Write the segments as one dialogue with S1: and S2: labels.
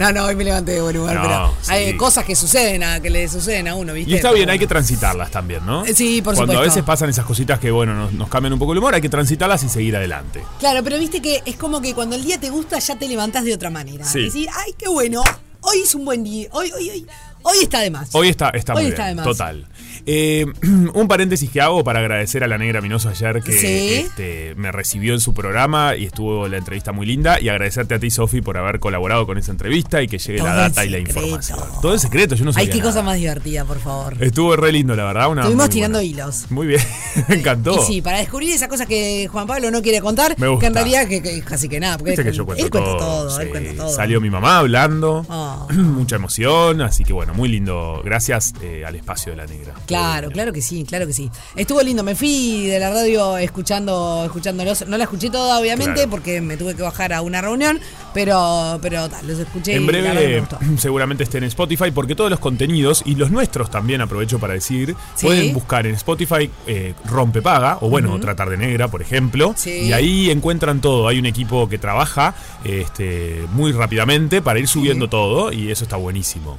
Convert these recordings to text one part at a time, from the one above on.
S1: No, no, hoy me levanté de buen humor,
S2: No,
S1: pero hay
S2: sí.
S1: cosas que suceden, a, que le suceden a uno, ¿viste?
S2: Y está
S1: Pero
S2: bien, hay que
S1: bueno.
S2: transitarlas también, ¿no?
S1: Eh, sí, por
S2: Cuando a
S1: supuesto.
S2: veces pasan esas cositas que, bueno, nos, nos cambian un poco el humor, hay que transitarlas y seguir adelante.
S1: Claro, pero viste que es como que cuando el día te gusta ya te levantás de otra manera.
S2: Sí.
S1: Y decís, ay, qué bueno, hoy es un buen día, hoy, hoy, hoy, hoy está de más.
S2: Hoy está, está
S1: Hoy
S2: muy
S1: está
S2: bien,
S1: de más.
S2: total. Eh, un paréntesis que hago para agradecer a la negra Minoso ayer que
S1: Sí.
S2: este, me recibió en su programa y estuvo la entrevista muy linda y agradecerte a ti Sofi por haber colaborado con esa entrevista y que llegue la
S1: Todo en
S2: data y la
S1: secreto.
S2: información. Todo en secreto, yo no sabía
S1: ay, qué
S2: nada.
S1: cosa más divertida, por favor.
S2: Estuvo re lindo, la verdad. Una
S1: Estuvimos
S2: muy
S1: tirando
S2: buena.
S1: hilos.
S2: Muy bien, me encantó.
S1: Y sí, para descubrir esas cosas que Juan Pablo no quiere contar,
S2: Me gusta.
S1: que en realidad que, que- casi que nada, porque
S2: Viste
S1: él,
S2: que yo
S1: cuen-
S2: cuento
S1: él cuenta
S2: todo.
S1: todo,
S2: sí.
S1: él cuenta todo.
S2: Salió mi mamá hablando,
S1: Oh.
S2: mucha emoción, así que bueno, muy lindo. Gracias eh, al espacio de la negra.
S1: Claro, claro que sí, claro que sí. Estuvo lindo, me fui de la radio escuchando, escuchándolos. No la escuché toda, obviamente,
S2: Claro.
S1: porque me tuve que bajar a una reunión, pero, pero ta, los escuché.
S2: en
S1: y la verdad que me
S2: breve
S1: gustó.
S2: seguramente estén en Spotify porque todos los contenidos y los nuestros también aprovecho para decir
S1: Sí.
S2: pueden buscar en Spotify eh, Rompe Paga o bueno Tratar de Negra por ejemplo
S1: Sí.
S2: y ahí encuentran todo hay un equipo que trabaja este, muy rápidamente para ir subiendo todo y eso está buenísimo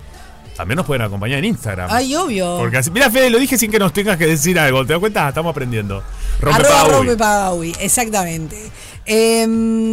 S2: también nos pueden acompañar en Instagram
S1: Ay, obvio.
S2: porque así, mira Fede, lo dije sin que nos tengas que decir algo, ¿te das cuenta? Ah, Estamos aprendiendo. Rompe
S1: Arroba
S2: Paga,
S1: rompe
S2: uy.
S1: paga, uy, exactamente. Em,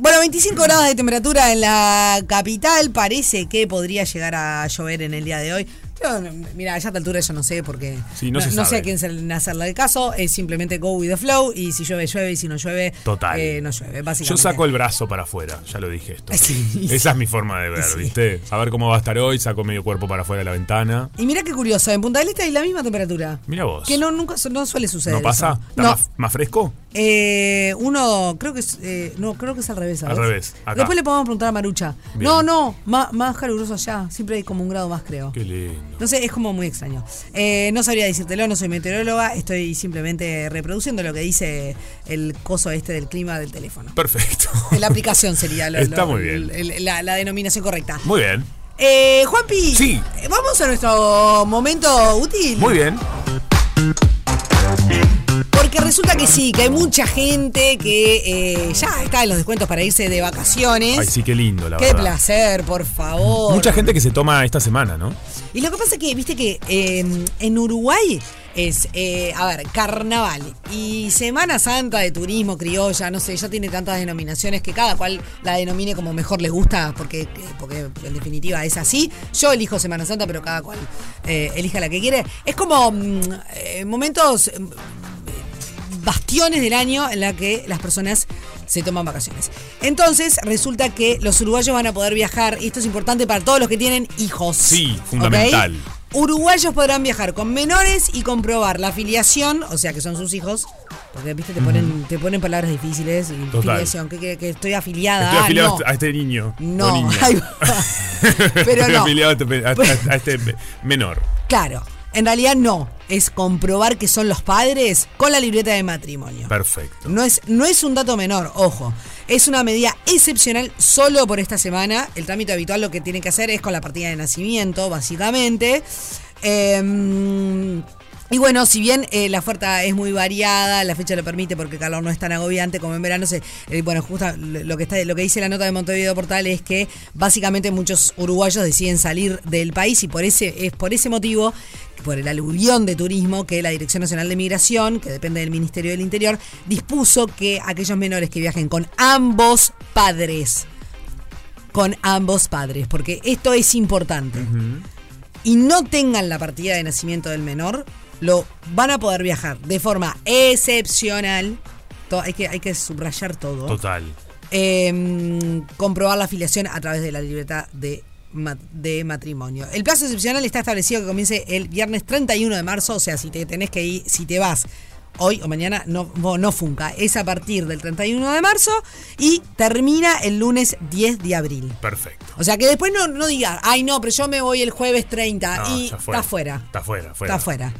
S1: bueno, 25 grados de temperatura en la capital. Parece que podría llegar a llover en el día de hoy. Yo, no, mira, ya a esta altura yo no sé porque
S2: Sí, no se
S1: sé
S2: sabe.
S1: a quién se le- hacerle el caso. Es simplemente go with the flow y si llueve, llueve y si no llueve,
S2: Total.
S1: eh, no llueve, básicamente.
S2: Yo saco el brazo para afuera, ya lo dije esto.
S1: Sí.
S2: Esa es mi forma de ver,
S1: Sí.
S2: ¿viste? Saber cómo va a estar hoy, saco medio cuerpo para afuera de la ventana.
S1: Y mira qué curioso, en Punta del Este hay la misma temperatura.
S2: Mira vos.
S1: Que no, nunca, no suele suceder.
S2: ¿No pasa?
S1: eso.
S2: ¿Está
S1: No.
S2: Más, más fresco?
S1: Eh, uno, creo que es, eh, no, creo que es al revés. ¿sabes?
S2: Al revés, acá.
S1: Después le podemos preguntar a Marucha.
S2: Bien.
S1: No, no, más, más caluroso allá. Siempre hay como un grado más, creo.
S2: Qué lindo.
S1: No sé, es como muy extraño. Eh, no sabría decírtelo, no soy meteoróloga, estoy simplemente reproduciendo lo que dice el coso este del clima del teléfono.
S2: Perfecto.
S1: La aplicación sería lo-
S2: Está
S1: lo-
S2: muy bien.
S1: el- el- la, la denominación correcta.
S2: Muy bien.
S1: Eh, Juanpi,
S2: Sí.
S1: vamos a nuestro momento útil.
S2: Muy bien.
S1: Porque resulta que sí, que hay mucha gente que eh, ya está en los descuentos para irse de vacaciones.
S2: Ay, sí, qué lindo, la
S1: Qué
S2: verdad.
S1: placer, por favor.
S2: Mucha gente que se toma esta semana, ¿no?
S1: Y lo que pasa es que, viste que eh, en Uruguay es, eh, a ver, carnaval y Semana Santa de turismo criolla, no sé, ya tiene tantas denominaciones que cada cual la denomine como mejor le gusta, porque, eh, porque en definitiva es así. Yo elijo Semana Santa, pero cada cual eh, elija la que quiere. Es como mm, eh, momentos bastiones del año en la que las personas se toman vacaciones. Entonces, resulta que los uruguayos van a poder viajar, y esto es importante para todos los que tienen hijos.
S2: Sí, fundamental.
S1: ¿ok? Uruguayos podrán viajar con menores y comprobar la afiliación, o sea que son sus hijos, porque viste te ponen, te ponen palabras difíciles y
S2: Total.
S1: filiación, que, que- que estoy afiliada.
S2: Estoy
S1: ah,
S2: afiliado
S1: no.
S2: a este niño.
S1: No,
S2: o niña.
S1: ahí va. Pero
S2: Estoy
S1: no.
S2: afiliado a este, pe- a- a- a este me- menor.
S1: Claro. En realidad no, es comprobar que son los padres con la libreta de matrimonio.
S2: Perfecto.
S1: No es, no es un dato menor, ojo. Es una medida excepcional solo por esta semana. El trámite habitual lo que tiene que hacer es con la partida de nacimiento, básicamente. Eh, y bueno, si bien eh, la oferta es muy variada, la fecha lo permite porque el calor no es tan agobiante como en verano. Se, eh, bueno, justo lo que está, lo que dice la nota de Montevideo Portal es que básicamente muchos uruguayos deciden salir del país y por ese es por ese motivo por el aluvión de turismo que la Dirección Nacional de Migración, que depende del Ministerio del Interior, dispuso que aquellos menores que viajen con ambos padres, con ambos padres, porque esto es importante, y no tengan la partida de nacimiento del menor, lo van a poder viajar de forma excepcional. To- Hay que, hay que subrayar todo.
S2: Total.
S1: Eh, comprobar la afiliación a través de la libertad de, ma- de matrimonio. El plazo excepcional está establecido que comience el viernes 31 de marzo, o sea, si te tenés que ir, si te vas hoy o mañana, no, no no funca. Es a partir del 31 de marzo y termina el lunes 10 de abril.
S2: Perfecto.
S1: O sea que después no, no digas, ay no, pero yo me voy el jueves 30
S2: No,
S1: y
S2: ya fue.
S1: está fuera.
S2: Está fuera, fuera.
S1: Está fuera.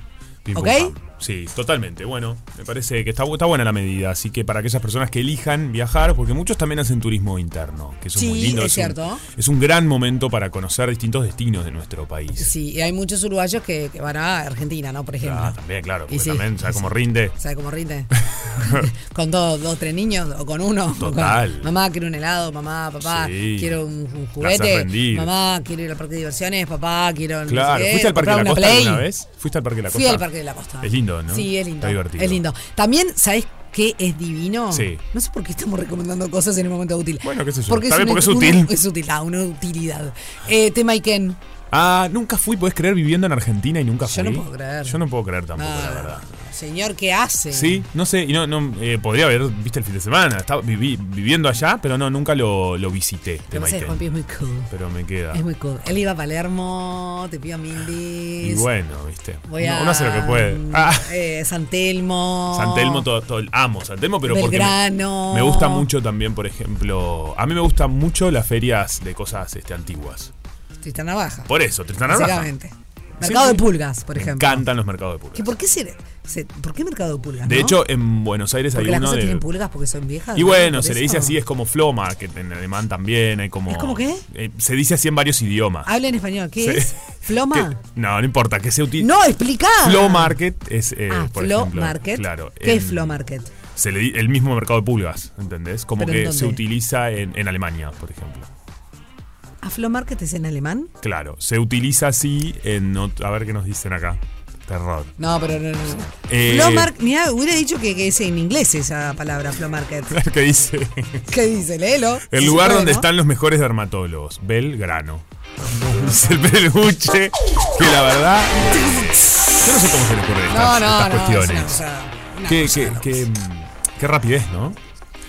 S2: Pim,
S1: ¿Ok?
S2: pum, pam. Sí, totalmente. Bueno, me parece que está, bu- está buena la medida. Así que para aquellas personas que elijan viajar, porque muchos también hacen turismo interno, que eso
S1: Sí,
S2: es muy lindo.
S1: es
S2: un-
S1: cierto.
S2: es un gran momento para conocer distintos destinos de nuestro país.
S1: Sí, y hay muchos uruguayos que, que van a Argentina, ¿no? Por ejemplo.
S2: Ah, también, claro, porque
S1: Y sí,
S2: también, ¿sabes
S1: y
S2: cómo
S1: sí.
S2: rinde?
S1: ¿Sabe cómo rinde? con dos, dos, tres niños o con uno. o con-
S2: Total.
S1: mamá, quiero un helado, mamá, papá,
S2: Sí.
S1: quiero un, un
S2: La haces
S1: juguete.
S2: rendir.
S1: Mamá, quiero ir al parque de diversiones, papá, quiero. no sé
S2: Claro,
S1: qué,
S2: ¿fuiste al Parque de
S1: comprar una
S2: la Costa
S1: Play.
S2: alguna vez? ¿Fuiste al Parque de la Costa?
S1: Fui al Parque de la Costa.
S2: Es lindo, ¿no?
S1: Sí, es lindo.
S2: Está divertido.
S1: Es lindo. También, ¿sabes qué es divino?
S2: Sí.
S1: No sé por qué estamos recomendando cosas en el momento útil.
S2: Bueno, qué sé yo.
S1: Porque
S2: Tal vez
S1: una-
S2: porque es
S1: una-
S2: útil.
S1: es útil, ah, una utilidad. Eh, tema Iken.
S2: Ah, nunca fui, podés creer, viviendo en Argentina y nunca
S1: Yo
S2: fui.
S1: no puedo creer.
S2: Yo no puedo creer tampoco,
S1: Ah,
S2: la verdad.
S1: Señor, ¿qué hace?
S2: Sí, no sé, y no, no eh, podría haber visto el fin de semana. Estaba viví- viviendo allá, pero no, nunca lo, lo visité.
S1: Lo que pasa es que
S2: Temaitén.
S1: Juan Pi es muy cool.
S2: Pero me queda.
S1: Es muy cool. Él iba a Palermo, te pido a Mindy.
S2: Y bueno, viste.
S1: Voy
S2: uno,
S1: a.
S2: uno hace lo que puede. Ah,
S1: eh, San Telmo.
S2: San Telmo, todo, todo- amo San Telmo, pero porque. me-
S1: Belgrano.
S2: Me, gusta mucho también, por ejemplo. A mí me gustan mucho las ferias de cosas este, antiguas.
S1: Tristán Navaja.
S2: Por eso, Tristán Narvaja.
S1: Básicamente. Mercado
S2: Sí,
S1: de
S2: sí.
S1: Pulgas, por
S2: Me
S1: ejemplo.
S2: encantan los mercados de pulgas.
S1: ¿Que ¿Por qué se, se- ¿Por qué mercado de pulgas?
S2: De
S1: no?
S2: hecho, en Buenos Aires
S1: porque
S2: hay
S1: las
S2: uno
S1: cosas
S2: de.
S1: tienen pulgas porque son viejas.
S2: Y
S1: ¿no?
S2: bueno,
S1: ¿Por
S2: se le
S1: eso?
S2: dice así, es como flow market en alemán también, hay como...
S1: ¿Es como qué?
S2: Eh, se dice así en varios idiomas.
S1: Habla en español. ¿Qué
S2: Sí.
S1: es? ¿Floma?
S2: Que- no, no importa, que se utiliza...
S1: No, explica.
S2: Flow market es, eh,
S1: Ah,
S2: por
S1: Flow
S2: ejemplo,
S1: Market.
S2: Claro,
S1: ¿Qué es
S2: en-
S1: Flow Market?
S2: Se le di- el mismo mercado de pulgas, ¿entendés? Como
S1: ¿Pero en
S2: que se
S1: dónde?
S2: utiliza en, en Alemania, por ejemplo.
S1: ¿A Flow Market es en alemán?
S2: Claro, se utiliza así en... ot- A ver qué nos dicen acá. Terror.
S1: No, pero no, no. no.
S2: Eh,
S1: Flow Market. Mira, hubiera dicho que, que es en inglés esa palabra, Flow Market.
S2: A ver qué dice.
S1: ¿Qué dice? Léelo.
S2: El
S1: Si
S2: lugar
S1: puede,
S2: donde
S1: ¿no?
S2: están los mejores dermatólogos, Belgrano. Es el peluche, que la verdad. Yo no sé cómo se le ocurre
S1: No,
S2: estas,
S1: no,
S2: estas
S1: no. es una
S2: cuestiones.
S1: cosa- una
S2: Qué,
S1: cosa
S2: qué-
S1: loca.
S2: qué, mm, qué rapidez, ¿no?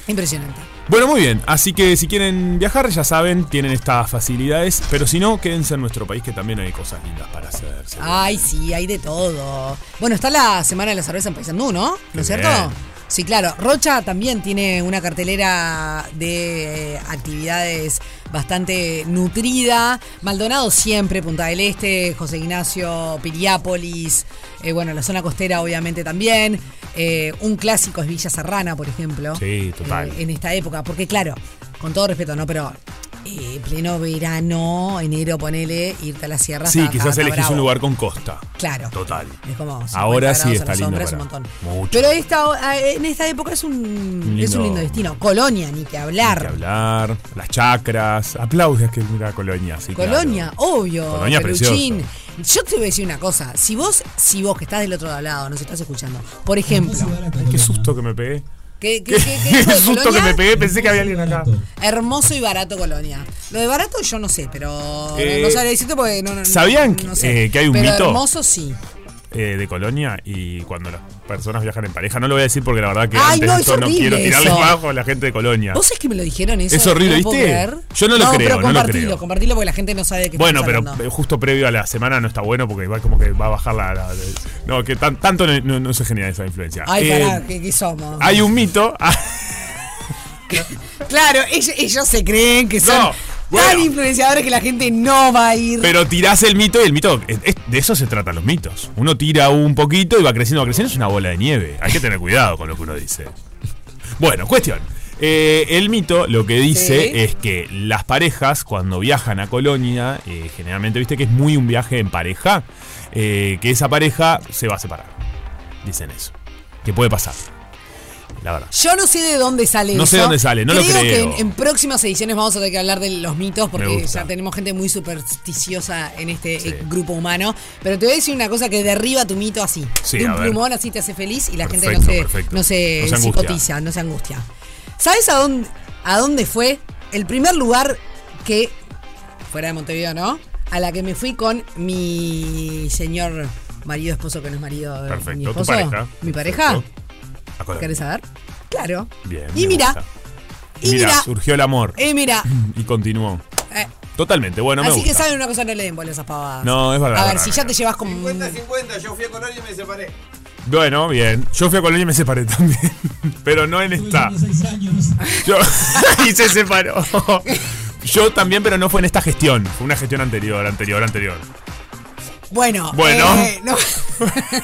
S1: Impresionante.
S2: Bueno, muy bien. Así que si quieren viajar, ya saben, tienen estas facilidades. Pero si no, quédense en nuestro país, que también hay cosas lindas para hacer. seguro.
S1: Ay, sí, hay de todo. Bueno, está la Semana de la Cerveza en Paysandú, ¿no? ¿No es
S2: Qué
S1: cierto?
S2: bien.
S1: Sí, claro. Rocha también tiene una cartelera de eh, actividades bastante nutrida. Maldonado siempre, Punta del Este, José Ignacio, Piriápolis, eh, bueno, la zona costera obviamente también. Eh, un clásico es Villa Serrana, por ejemplo.
S2: Sí, total.
S1: Eh, en esta época, porque claro, con todo respeto, ¿no? Pero eh, pleno verano, enero, ponele, irte a la sierra.
S2: Sí,
S1: está-
S2: quizás
S1: está- está
S2: elegís
S1: bravo.
S2: un lugar con costa.
S1: Claro.
S2: Total.
S1: Es como 50
S2: Ahora sí
S1: grados a
S2: está
S1: la
S2: lindo.
S1: sombra, es un
S2: para-
S1: montón.
S2: Mucho.
S1: Pero esta, ah, en esta época es un, es un
S2: Lindo.
S1: lindo destino. Colonia, ni que hablar.
S2: Hay que hablar, las chacras, aplausos que mira Colonia, sí. claro.
S1: Colonia, obvio.
S2: Colonia
S1: Peluchín.
S2: precioso.
S1: Yo te voy a decir una cosa. Si vos, si vos que estás del otro lado, nos estás escuchando, por ejemplo,
S2: Ay, Qué susto que me pegué.
S1: ¿qué, qué,
S2: Qué,
S1: qué- qué dijo de
S2: susto que
S1: Colonia?
S2: me pegué, pensé que había alguien acá.
S1: Hermoso y barato Colonia. Lo de barato yo no sé, pero
S2: Eh,
S1: no sabré decirte porque no, no-
S2: ¿sabían
S1: no sé.
S2: que- eh, que hay un
S1: pero
S2: mito?
S1: hermoso sí.
S2: Eh, de Colonia y cuando las personas viajan en pareja, no lo voy a decir porque la verdad que
S1: Ay,
S2: antes
S1: no,
S2: de
S1: es
S2: esto no
S1: horrible
S2: quiero tirarles
S1: eso.
S2: bajo a la gente de Colonia.
S1: ¿Vos es que me lo dijeron eso?
S2: Es horrible,
S1: No puedo
S2: ¿viste?
S1: creer.
S2: Yo no lo creo, no
S1: Pero
S2: lo
S1: compartilo,
S2: creo.
S1: compartilo porque la gente no sabe de qué
S2: Bueno,
S1: estamos
S2: pero
S1: hablando.
S2: eh, justo previo a la semana no está bueno porque va como que va a bajar la. la- no, que tan- tanto no, no- no se genera esa influencia.
S1: Ay,
S2: Eh,
S1: pará, ¿qué, qué somos?
S2: hay un mito. ah,
S1: Claro, ellos, ellos se creen que son.
S2: No.
S1: tan influenciadores que la gente no va a ir.
S2: Pero tirás el mito y el mito. es- es- de eso se tratan los mitos. Uno tira un poquito y va creciendo, va creciendo. Es una bola de nieve. Hay que tener cuidado con lo que uno dice. Bueno, cuestión. Eh, el mito lo que dice
S1: Sí.
S2: es que las parejas cuando viajan a Colonia, eh, generalmente viste que es muy un viaje en pareja, eh, que esa pareja se va a separar. Dicen eso. Que puede pasar. La verdad.
S1: Yo no sé de dónde sale
S2: No sé
S1: eso.
S2: dónde sale, no lo
S1: que
S2: creo.
S1: en, en próximas ediciones vamos a tener que hablar de los mitos
S2: Me
S1: porque
S2: gusta.
S1: ya tenemos gente muy supersticiosa en este
S2: Sí.
S1: eh, grupo humano. Pero te voy a decir una cosa que derriba tu mito así.
S2: Sí,
S1: de
S2: a
S1: un
S2: ver.
S1: plumón así te hace feliz y la gente no
S2: Perfecto,
S1: se,
S2: perfecto.
S1: no se,
S2: No se angustia.
S1: psicotiza, no se angustia. ¿Sabes a dónde, a dónde fue el primer lugar que, fuera de Montevideo, ¿no? A la que me fui con mi señor marido, esposo, que no es marido, eh, mi
S2: Perfecto. Tu
S1: esposo.
S2: pareja.
S1: Mi pareja.
S2: Perfecto. A Colonia.
S1: ¿Querés saber? Claro.
S2: Bien,
S1: Y
S2: me
S1: mira,
S2: gusta.
S1: y
S2: Mirá,
S1: mira.
S2: surgió el amor
S1: eh, mira.
S2: y continuó.
S1: eh,
S2: Totalmente, bueno, me
S1: así que
S2: gusta.
S1: saben una cosa, no le den bolas a esas pavadas.
S2: No, es verdad,
S1: A ver,
S2: verdad,
S1: si ya
S2: verdad.
S1: te llevas con.
S3: 50-50, yo fui a Colonia y me separé.
S2: Bueno, bien. Yo fui a Colonia y me separé también. Pero no en esta. Yo y se separó. Yo también, pero no fue en esta gestión. Fue una gestión anterior, anterior, anterior.
S1: Bueno.
S2: Bueno.
S1: eh, no...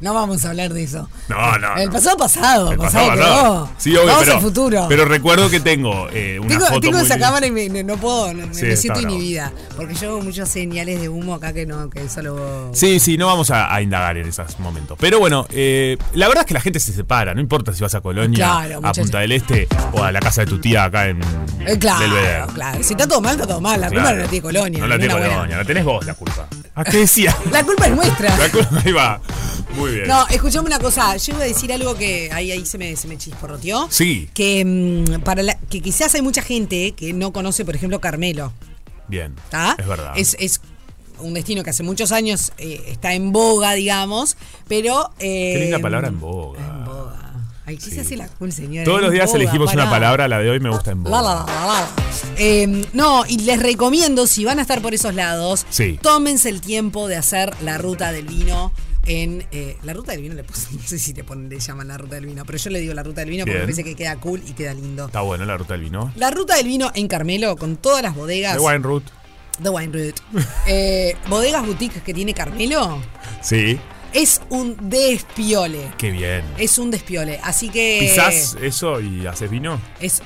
S1: No vamos a hablar de eso.
S2: No, no.
S1: El
S2: no.
S1: pasado pasado,
S2: El
S1: pasado,
S2: pasado.
S1: quedó.
S2: Sí, obvio,
S1: Vamos
S2: pero,
S1: al futuro.
S2: Pero recuerdo que tengo eh, una
S1: tengo
S2: foto
S1: tengo
S2: muy
S1: esa
S2: linda.
S1: cámara y me, no puedo, me,
S2: Sí,
S1: me
S2: está
S1: siento
S2: bravo.
S1: inhibida. Porque yo hago muchas señales de humo acá que no, que solo.
S2: Sí, sí, no vamos a, a indagar en esos momentos. Pero bueno, eh, la verdad es que la gente se separa, no importa si vas a Colonia,
S1: Claro,
S2: a
S1: muchachos.
S2: Punta del Este o a la casa de tu tía acá en
S1: Eh,
S2: Belvedere.
S1: claro, claro. Si está todo mal, está todo mal. La culpa
S2: Claro.
S1: no la tiene Colonia.
S2: No la tiene
S1: ninguna buena.
S2: Colonia, la tenés vos la culpa. ¿A qué decía?
S1: La culpa es nuestra.
S2: La culpa, ahí va. Muy bien.
S1: No, escuchame una cosa. Yo iba a decir algo que ahí, ahí se, me, se me chisporroteó.
S2: Sí.
S1: Que, mm, para la- que quizás hay mucha gente que no conoce, por ejemplo, Carmelo.
S2: Bien.
S1: ¿tá?
S2: Es verdad.
S1: ¿Ah? Es, es un destino que hace muchos años eh, está en boga, digamos, pero... eh,
S2: Qué linda palabra en boga.
S1: En boga. Ay, ¿qué
S2: Sí.
S1: se hace la cool, señora?
S2: Todos los
S1: En
S2: días
S1: boga,
S2: elegimos una
S1: pará.
S2: palabra, la de hoy me gusta en boga.
S1: La, la, la, la, la. Eh, no, y les recomiendo, si van a estar por esos lados,
S2: Sí.
S1: tómense el tiempo de hacer la ruta del vino en... eh, la ruta del vino le puse, no sé si te ponen, le llaman la ruta del vino, pero yo le digo la ruta del vino porque
S2: Bien.
S1: me parece que queda cool y queda lindo.
S2: Está bueno la ruta del vino.
S1: La ruta del vino en Carmelo, con todas las bodegas.
S2: De Wine Root.
S1: The Wine Root. Eh, bodegas boutiques que tiene Carmelo
S2: Sí.
S1: es un despiole.
S2: Qué bien.
S1: Es un despiole. Así que.
S2: Pisás eso y haces vino.
S1: Es.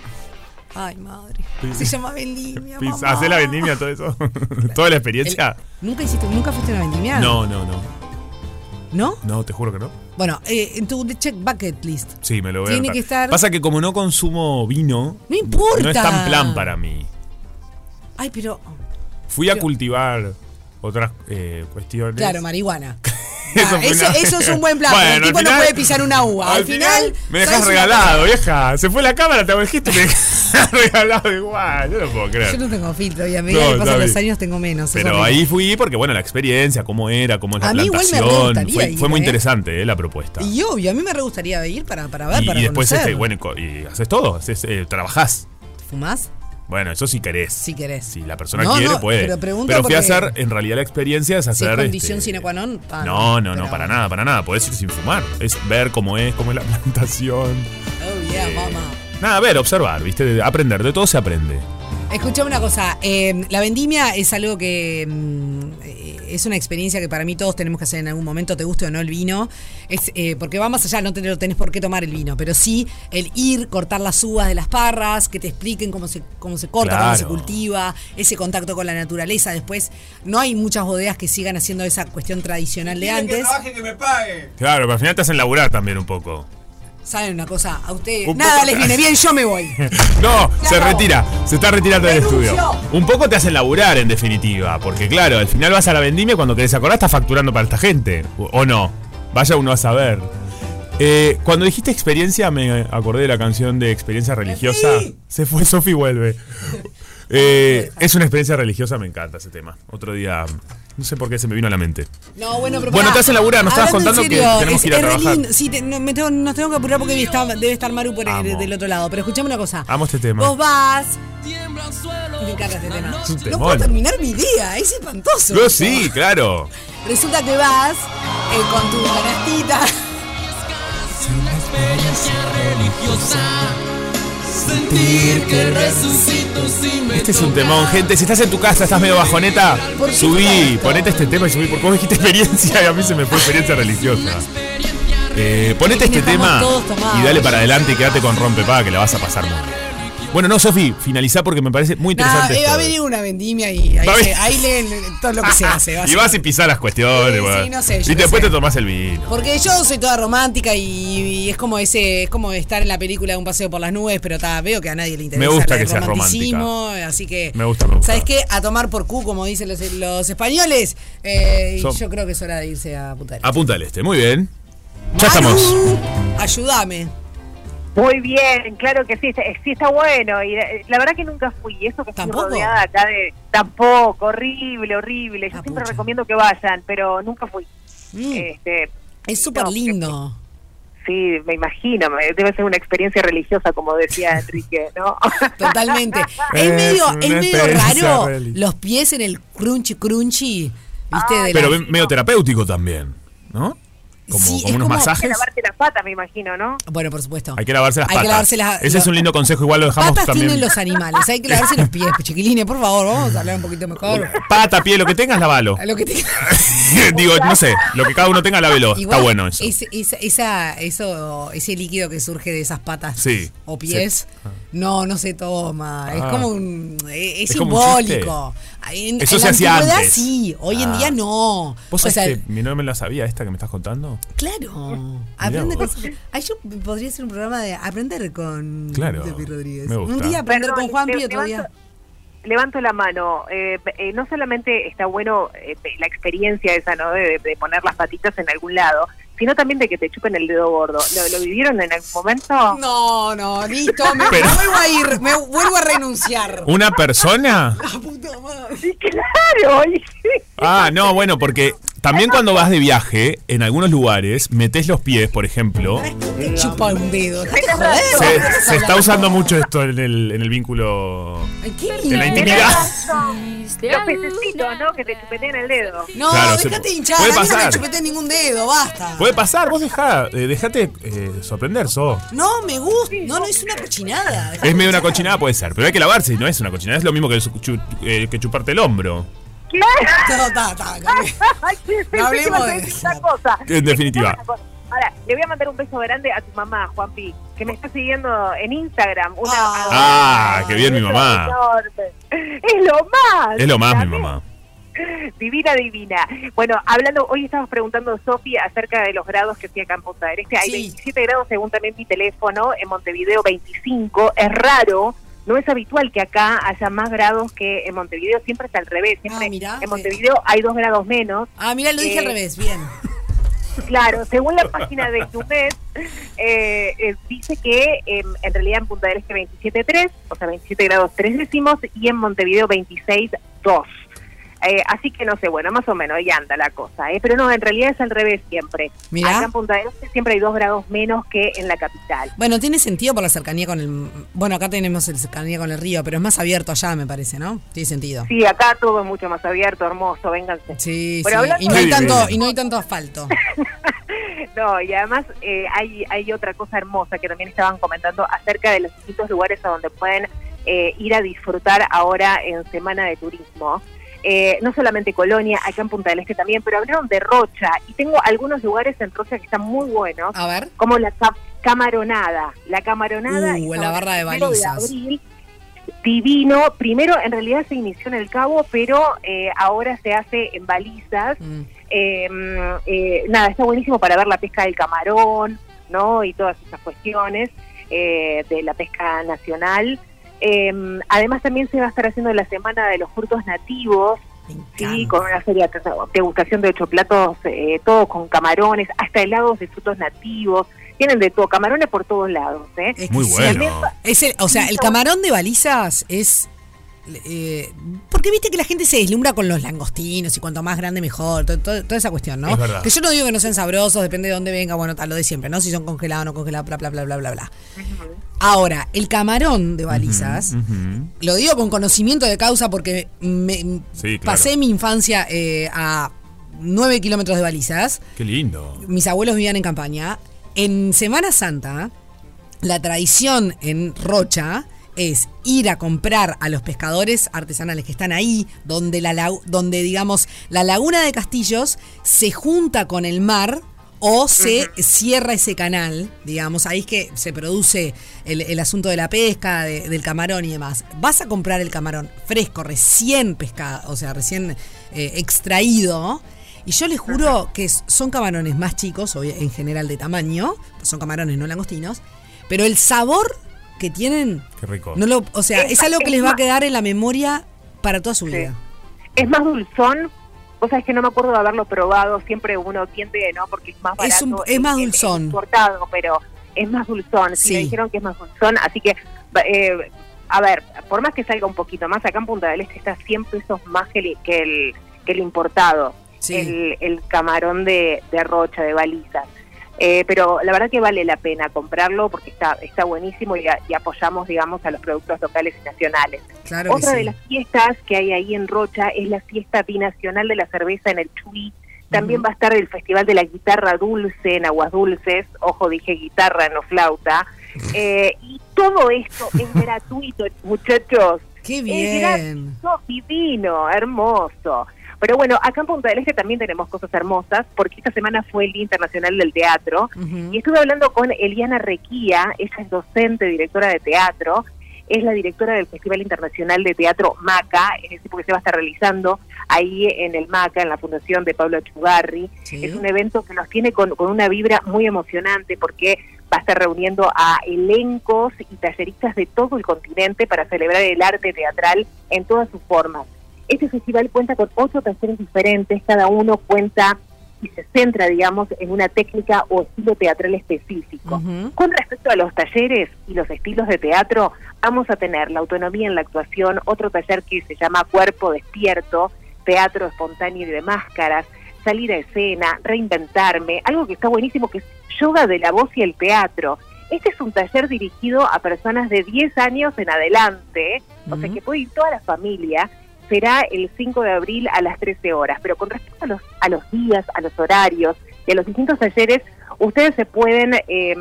S1: Ay, madre.
S2: Pis-
S1: Se llama vendimia.
S2: Pis-
S1: mamá.
S2: ¿Hacés la vendimia, todo eso? ¿Toda la
S1: El-
S2: experiencia?
S1: ¿Nunca hiciste, nunca fuiste a una vendimia?
S2: No, no, no.
S1: ¿No?
S2: No, te juro que no.
S1: Bueno, eh, en tu check bucket list.
S2: Sí, me lo voy a
S1: Tiene
S2: anotar.
S1: que estar-
S2: Pasa que como no consumo vino.
S1: No importa.
S2: No es tan plan para mí.
S1: Ay, pero.
S2: Fui a
S1: Pero-
S2: cultivar otras eh, cuestiones.
S1: Claro, marihuana.
S2: Eso
S1: Ah,
S2: fue
S1: eso,
S2: una-
S1: eso es un buen plan.
S2: Bueno,
S1: pero el
S2: al
S1: tipo
S2: final-
S1: no puede pisar una uva. Al, final,
S2: me dejas
S1: ¿sabes una
S2: regalado, vieja. Se fue la cámara, te dijiste, me dejas regalado igual. Yo no puedo
S1: cosa? Yo
S2: creer.
S1: no tengo filtro y a medida que
S2: No,
S1: pasan
S2: está
S1: los
S2: bien.
S1: años tengo menos. es
S2: Pero
S1: horrible.
S2: ahí fui porque, bueno, la experiencia, cómo era, cómo es la
S1: A mí igual me
S2: plantación.
S1: gustaría
S2: fue,
S1: ir,
S2: fue muy
S1: ¿eh?
S2: interesante eh, la propuesta.
S1: Y obvio, a mí me re gustaría ir para, para ver,
S2: Y-
S1: para
S2: y después,
S1: conocer.
S2: este, bueno, co- y haces todo, haces, eh, trabajás.
S1: ¿Fumás?
S2: Bueno, eso sí querés.
S1: Si querés.
S2: Si la persona
S1: No,
S2: quiere,
S1: no,
S2: puede.
S1: pero pregunto
S2: fui a
S1: porque-
S2: hacer, en realidad, la experiencia es
S1: Si
S2: hacer.
S1: es condición
S2: este,
S1: sine qua non, ah,
S2: No, no, no,
S1: pero-
S2: para nada, para nada. Podés ir sin fumar. Es ver cómo es, cómo es la plantación.
S1: Oh, yeah,
S2: Eh,
S1: mamá.
S2: Nada, a ver, observar, ¿viste? De- Aprender, de todo se aprende.
S1: Escuchame una cosa, eh, la vendimia es algo que mm, eh, es una experiencia que para mí todos tenemos que hacer en algún momento, te guste o no el vino, es, eh, porque va más allá, no te lo tenés por qué tomar el vino, pero sí el ir, cortar las uvas de las parras, que te expliquen cómo se, cómo se corta, cómo se
S2: Claro.
S1: cultiva, ese contacto con la naturaleza. Después, no hay muchas bodegas que sigan haciendo esa cuestión tradicional de
S3: Dile Que
S1: antes.
S3: trabaje que me pague.
S2: Claro, pero al final te hacen laburar también un poco.
S1: ¿Saben una cosa? A ustedes
S2: Un
S1: nada
S2: poco-
S1: les viene bien, yo me voy.
S2: No,
S1: Se
S2: se
S1: acabó.
S2: retira, se está retirando del
S1: Renuncio.
S2: estudio. Un poco te hacen laburar en definitiva, porque claro, al final vas a la vendimia y cuando querés acordar estás facturando para esta gente, o- o no. Vaya uno a saber. Eh, cuando dijiste experiencia me acordé de la canción de experiencia religiosa. Se fue Sofi vuelve. Eh, es una experiencia religiosa, me encanta ese tema. Otro día, no sé por qué se me vino a la mente.
S1: No, bueno, pero
S2: Bueno,
S1: pará.
S2: te hacen laburar, nos estabas
S1: Hablando en
S2: contando que
S1: serio,
S2: tenemos
S1: es-
S2: que ir a
S1: es re
S2: trabajar.
S1: lindo. Sí, te- no, me tengo, nos tengo que apurar porque está- debe estar Maru por el-
S2: Amo.
S1: del otro lado. Pero escuchame una cosa.
S2: Amo este tema.
S1: Vos vas. Me encanta este tema.
S2: Es un
S1: No
S2: temón.
S1: puedo terminar mi día, es espantoso.
S2: Yo
S1: esto.
S2: sí, claro.
S1: Resulta que vas eh, con tu canastita.
S4: sentir que resucito si me
S2: Este es un temón, gente. Si estás en tu casa, estás medio bajoneta, subí, ponete este tema y subí. Porque vos dijiste experiencia y a mí se me fue experiencia religiosa. Eh, ponete este
S1: Estamos
S2: tema
S1: todos tomados.
S2: y dale para adelante y quédate con Rompepaga que la vas a pasar muy bien. Bueno, no, Sofi, finalizá porque me parece muy
S1: Nah,
S2: interesante.
S1: eh, va a
S2: esto.
S1: venir una vendimia y ahí,
S2: Va a
S1: se-
S2: venir-
S1: ahí leen todo lo que se hace.
S2: y vas y pisás las cuestiones,
S1: Sí,
S2: va.
S1: sí, no sé, yo
S2: Y
S1: no
S2: después
S1: sé.
S2: te tomás el vino.
S1: Porque yo soy toda romántica y, y es como ese, es como estar en la película de un paseo por las nubes, pero ta, veo que a nadie le interesa.
S2: Me gusta
S1: el
S2: que seas
S1: romanticismo, Así que.
S2: Me gusta, me gusta.
S1: ¿Sabes qué? A tomar por Q, como dicen los, los españoles. eh, y
S2: Son-
S1: yo creo que es hora de irse a putar.
S2: Apunta al este, muy bien. Ya estamos.
S1: Ayúdame.
S5: Muy bien, claro que sí, sí sí está bueno. Y eh, la verdad que nunca fui, y eso que estoy
S1: ¿Tampoco?
S5: rodeada acá de... Tampoco, horrible, horrible. Yo
S1: Ah,
S5: siempre
S1: pucha.
S5: recomiendo que vayan, pero nunca fui.
S1: Mm,
S5: Este,
S1: es súper
S5: no,
S1: lindo.
S5: Sí, me imagino, me- debe ser una experiencia religiosa, como decía Enrique, ¿no? Ah,
S1: Totalmente.
S2: Es
S1: Es medio,
S2: una
S1: es medio
S2: experiencia
S1: raro
S2: real.
S1: los pies en el crunchy crunchy. ¿Viste? de
S2: Pero
S1: la-
S2: ve- medio terapéutico también, ¿no? Como,
S1: Sí,
S2: como
S1: es
S2: unos
S1: como-
S2: masajes.
S5: Lavarte las patas, me imagino, ¿no?
S1: Bueno, por supuesto.
S2: Hay que lavarse las
S1: Hay
S2: patas.
S1: que lavarse las-
S2: Ese
S1: lo-
S2: es un lindo consejo, igual lo dejamos
S1: Patas
S2: también.
S1: tienen los animales, hay que lavarse los pies, chiquilines, por favor, vamos a hablar un poquito mejor.
S2: Pata, pie, lo que tengas, lavalo.
S1: A lo que te...
S2: Digo, no sé, lo que cada uno tenga, lávelo. Está
S1: Igual,
S2: bueno eso.
S1: ese- esa- esa- eso, ese líquido que surge de esas patas
S2: Sí.
S1: o pies, no, no se toma. es
S2: Ah.
S1: como un. e- Es,
S2: Es como un chiste.
S1: simbólico. En-
S2: Eso
S1: en
S2: se
S1: la
S2: hacía
S1: antigüedad
S2: antes.
S1: sí, hoy en
S2: Ah.
S1: día no. O
S2: ¿Vos sabés
S1: sea,
S2: que mi novia me la sabía esta que me estás contando?
S1: claro. Aprende
S2: vos.
S1: cosas. Ay, yo podría hacer un programa de aprender con
S2: Claro,
S1: Tepi Rodríguez.
S2: me gusta.
S1: Un día aprender
S5: Perdón,
S1: con Juan
S5: le-
S1: Pío, otro día.
S5: levanto- Levanto la mano. Eh, eh, no solamente está bueno eh, la experiencia esa, ¿no? De, de poner las patitas en algún lado, sino también de que te chupen el dedo gordo. ¿Lo, lo vivieron en algún momento?
S1: No, no, listo, me, me
S2: Pero-
S1: vuelvo a ir, me vuelvo a renunciar.
S2: ¿Una persona?
S5: Sí, claro. y-
S2: Ah, no, bueno, porque también cuando vas de viaje, en algunos lugares, metes los pies, por ejemplo.
S1: Te chupa un dedo. dejate joder.
S2: Se, se está usando mucho esto en el, en el vínculo.
S1: Ay, qué
S2: En la
S1: lindo.
S2: intimidad.
S5: Los pececitos, ¿no? Que te chupetean el dedo.
S1: No,
S2: Claro, se
S1: dejate
S2: pu-
S1: hinchar. a
S2: puede
S1: mí no me
S2: pasar.
S1: chupete ningún dedo, basta.
S2: Puede pasar, vos dejá, eh, dejate eh, sorprender, so.
S1: No, me gusta. No, no, es una cochinada. dejate
S2: Es medio una
S1: hinchar.
S2: cochinada, puede ser, pero hay que lavarse, no es una cochinada, es lo mismo que, su- chu- eh, que chuparte el hombro.
S5: Claro.
S1: No, ta, ta, cambié.
S5: Ay, sí, sí,
S1: No hablemos
S5: sí, sí,
S1: de
S5: sí,
S1: eso.
S5: esa cosa.
S2: En definitiva.
S5: Ahora, le voy a mandar un beso grande a tu mamá, Juanpi, que me está siguiendo en Instagram. Una
S1: Ah.
S2: Ah, qué bien mi mamá.
S5: enorme. Es lo más.
S2: Es lo más mi
S5: ¿sabes?
S2: mamá.
S5: Divina, divina. Bueno, hablando, hoy estabas preguntando, Sofi, acerca de los grados que hacía acá en Punta del Este. Hay
S1: Sí.
S5: 27 grados, según también mi teléfono, en Montevideo 25. Es raro, no es habitual que acá haya más grados que en Montevideo. Siempre está al revés. Siempre
S1: Ah, mirá,
S5: en
S1: sí.
S5: Montevideo hay dos grados menos.
S1: Ah, mirá, lo dije al
S5: Eh,
S1: revés. Bien.
S5: Claro, según la página de Clubes, eh, eh, dice que eh, en realidad en Punta del Este 27.3, o sea, 27 grados 3 décimos, y en Montevideo 26.2. Eh, así que no sé, bueno, más o menos, ahí anda la cosa. ¿eh? Pero no, en realidad es al revés siempre.
S1: Mirá.
S5: Acá en Punta del Este siempre hay 2 grados menos que en la capital.
S1: Bueno, tiene sentido por la cercanía con el. Bueno, acá tenemos el cercanía con el río, pero es más abierto allá, me parece, ¿no? Tiene sentido.
S5: Sí, acá todo es mucho más abierto, hermoso, vénganse.
S1: Sí,
S5: Pero
S1: sí.
S5: hablando
S1: Y no, hay
S2: de-
S1: tanto, y no hay tanto asfalto.
S5: No, y además eh, hay, hay otra cosa hermosa que también estaban comentando acerca de los distintos lugares a donde pueden eh, ir a disfrutar ahora en Semana de Turismo. Eh, no solamente Colonia, acá en Punta del Este también, pero hablaron de Rocha y tengo algunos lugares en Rocha que están muy buenos,
S1: A ver.
S5: como la ca- Camaronada. La Camaronada
S1: Uh,
S5: estaba
S1: la barra de
S5: el primero
S1: balizas.
S5: abril, divino. Primero, en realidad se inició en el Cabo, pero eh, ahora se hace en balizas
S1: Mm.
S5: eh, eh, nada, está buenísimo para ver la pesca del camarón, ¿no? Y todas esas cuestiones eh, de la pesca nacional. Eh, además también se va a estar haciendo la semana de los frutos nativos,
S1: Me
S5: sí,
S1: encanta.
S5: con una serie de degustación de ocho platos, eh, todo con camarones, hasta helados de frutos nativos, tienen de todo, camarones por todos lados, ¿eh?
S1: Es que
S2: Muy
S1: sí,
S2: bueno.
S1: Es el, o sea, el camarón de balizas es. eh, porque viste que la gente se deslumbra con los langostinos y cuanto más grande mejor, to- to- toda esa cuestión, ¿no?
S2: Es verdad.
S1: Que yo no digo que no sean sabrosos, depende de dónde venga, bueno, tal, lo de siempre, ¿no? Si son congelados o no congelados, bla, bla, bla, bla, bla, bla. Ahora, el camarón de balizas,
S2: Ujú.
S1: lo digo con conocimiento de causa porque me,
S2: Sí, claro.
S1: pasé mi infancia eh, a 9 kilómetros de balizas
S2: Qué lindo.
S1: mis abuelos vivían en campaña. En Semana Santa la tradición en Rocha es ir a comprar a los pescadores artesanales que están ahí, donde, la, lau- donde digamos la laguna de Castillos se junta con el mar o se cierra ese canal, digamos, ahí es que se produce el, el asunto de la pesca, de- del camarón y demás. Vas a comprar el camarón fresco, recién pescado, o sea, recién eh, extraído, y yo les juro que es- son camarones más chicos, obvia- en general de tamaño, son camarones no langostinos, pero el sabor que tienen
S2: Qué rico.
S1: no lo, o sea, es algo que les va a quedar en la memoria para toda su vida.
S5: Es más dulzón. Vos sabés que no me acuerdo de haberlo probado. Siempre uno tiende, ¿no? Porque es más barato.
S1: Es un- es más
S5: el- el
S1: dulzón.
S5: importado, pero es más dulzón. Sí.
S1: Sí.
S5: me dijeron que es más dulzón. Así que, eh, a ver, por más que salga un poquito más, acá en Punta del Este está 100 pesos más que el, que el, que el importado.
S1: Sí.
S5: El, el camarón de, de rocha, de baliza. Eh, pero la verdad que vale la pena comprarlo porque está está buenísimo y, a- y apoyamos, digamos, a los productos locales y nacionales.
S1: Claro que
S5: Otra de
S1: sí.
S5: las fiestas que hay ahí en Rocha es la fiesta binacional de la cerveza en el Chuy. También va a estar el Festival de la Guitarra Dulce en Aguas Dulces. Ojo, dije guitarra, no flauta. Eh, y todo esto es gratuito, muchachos.
S1: Qué
S5: Es
S1: bien.
S5: gratuito, divino, hermoso. Pero bueno, acá en Punta del Este también tenemos cosas hermosas, porque esta semana fue el Día Internacional del Teatro.
S1: Ujú.
S5: Y estuve hablando con Eliana Requía, ella es docente, directora de teatro, es la directora del Festival Internacional de Teatro MACA, es decir, porque se va a estar realizando ahí en el MACA, en la Fundación de Pablo Chugarri.
S1: Sí.
S5: Es un evento que nos tiene con, con una vibra muy emocionante porque va a estar reuniendo a elencos y talleristas de todo el continente para celebrar el arte teatral en todas sus formas. Este festival cuenta con ocho talleres diferentes, cada uno cuenta y se centra, digamos, en una técnica o estilo teatral específico.
S1: Ujú.
S5: Con respecto a los talleres y los estilos de teatro, vamos a tener la autonomía en la actuación, otro taller que se llama Cuerpo Despierto, Teatro Espontáneo y de Máscaras, Salir a Escena, Reinventarme, algo que está buenísimo que es Yoga de la Voz y el Teatro. Este es un taller dirigido a personas de 10 años en adelante, o sea
S1: Ujú.
S5: que puede ir toda la familia. Será el 5 de abril a las 13 horas, pero con respecto a los, a los días, a los horarios y a los distintos talleres, ustedes se pueden eh,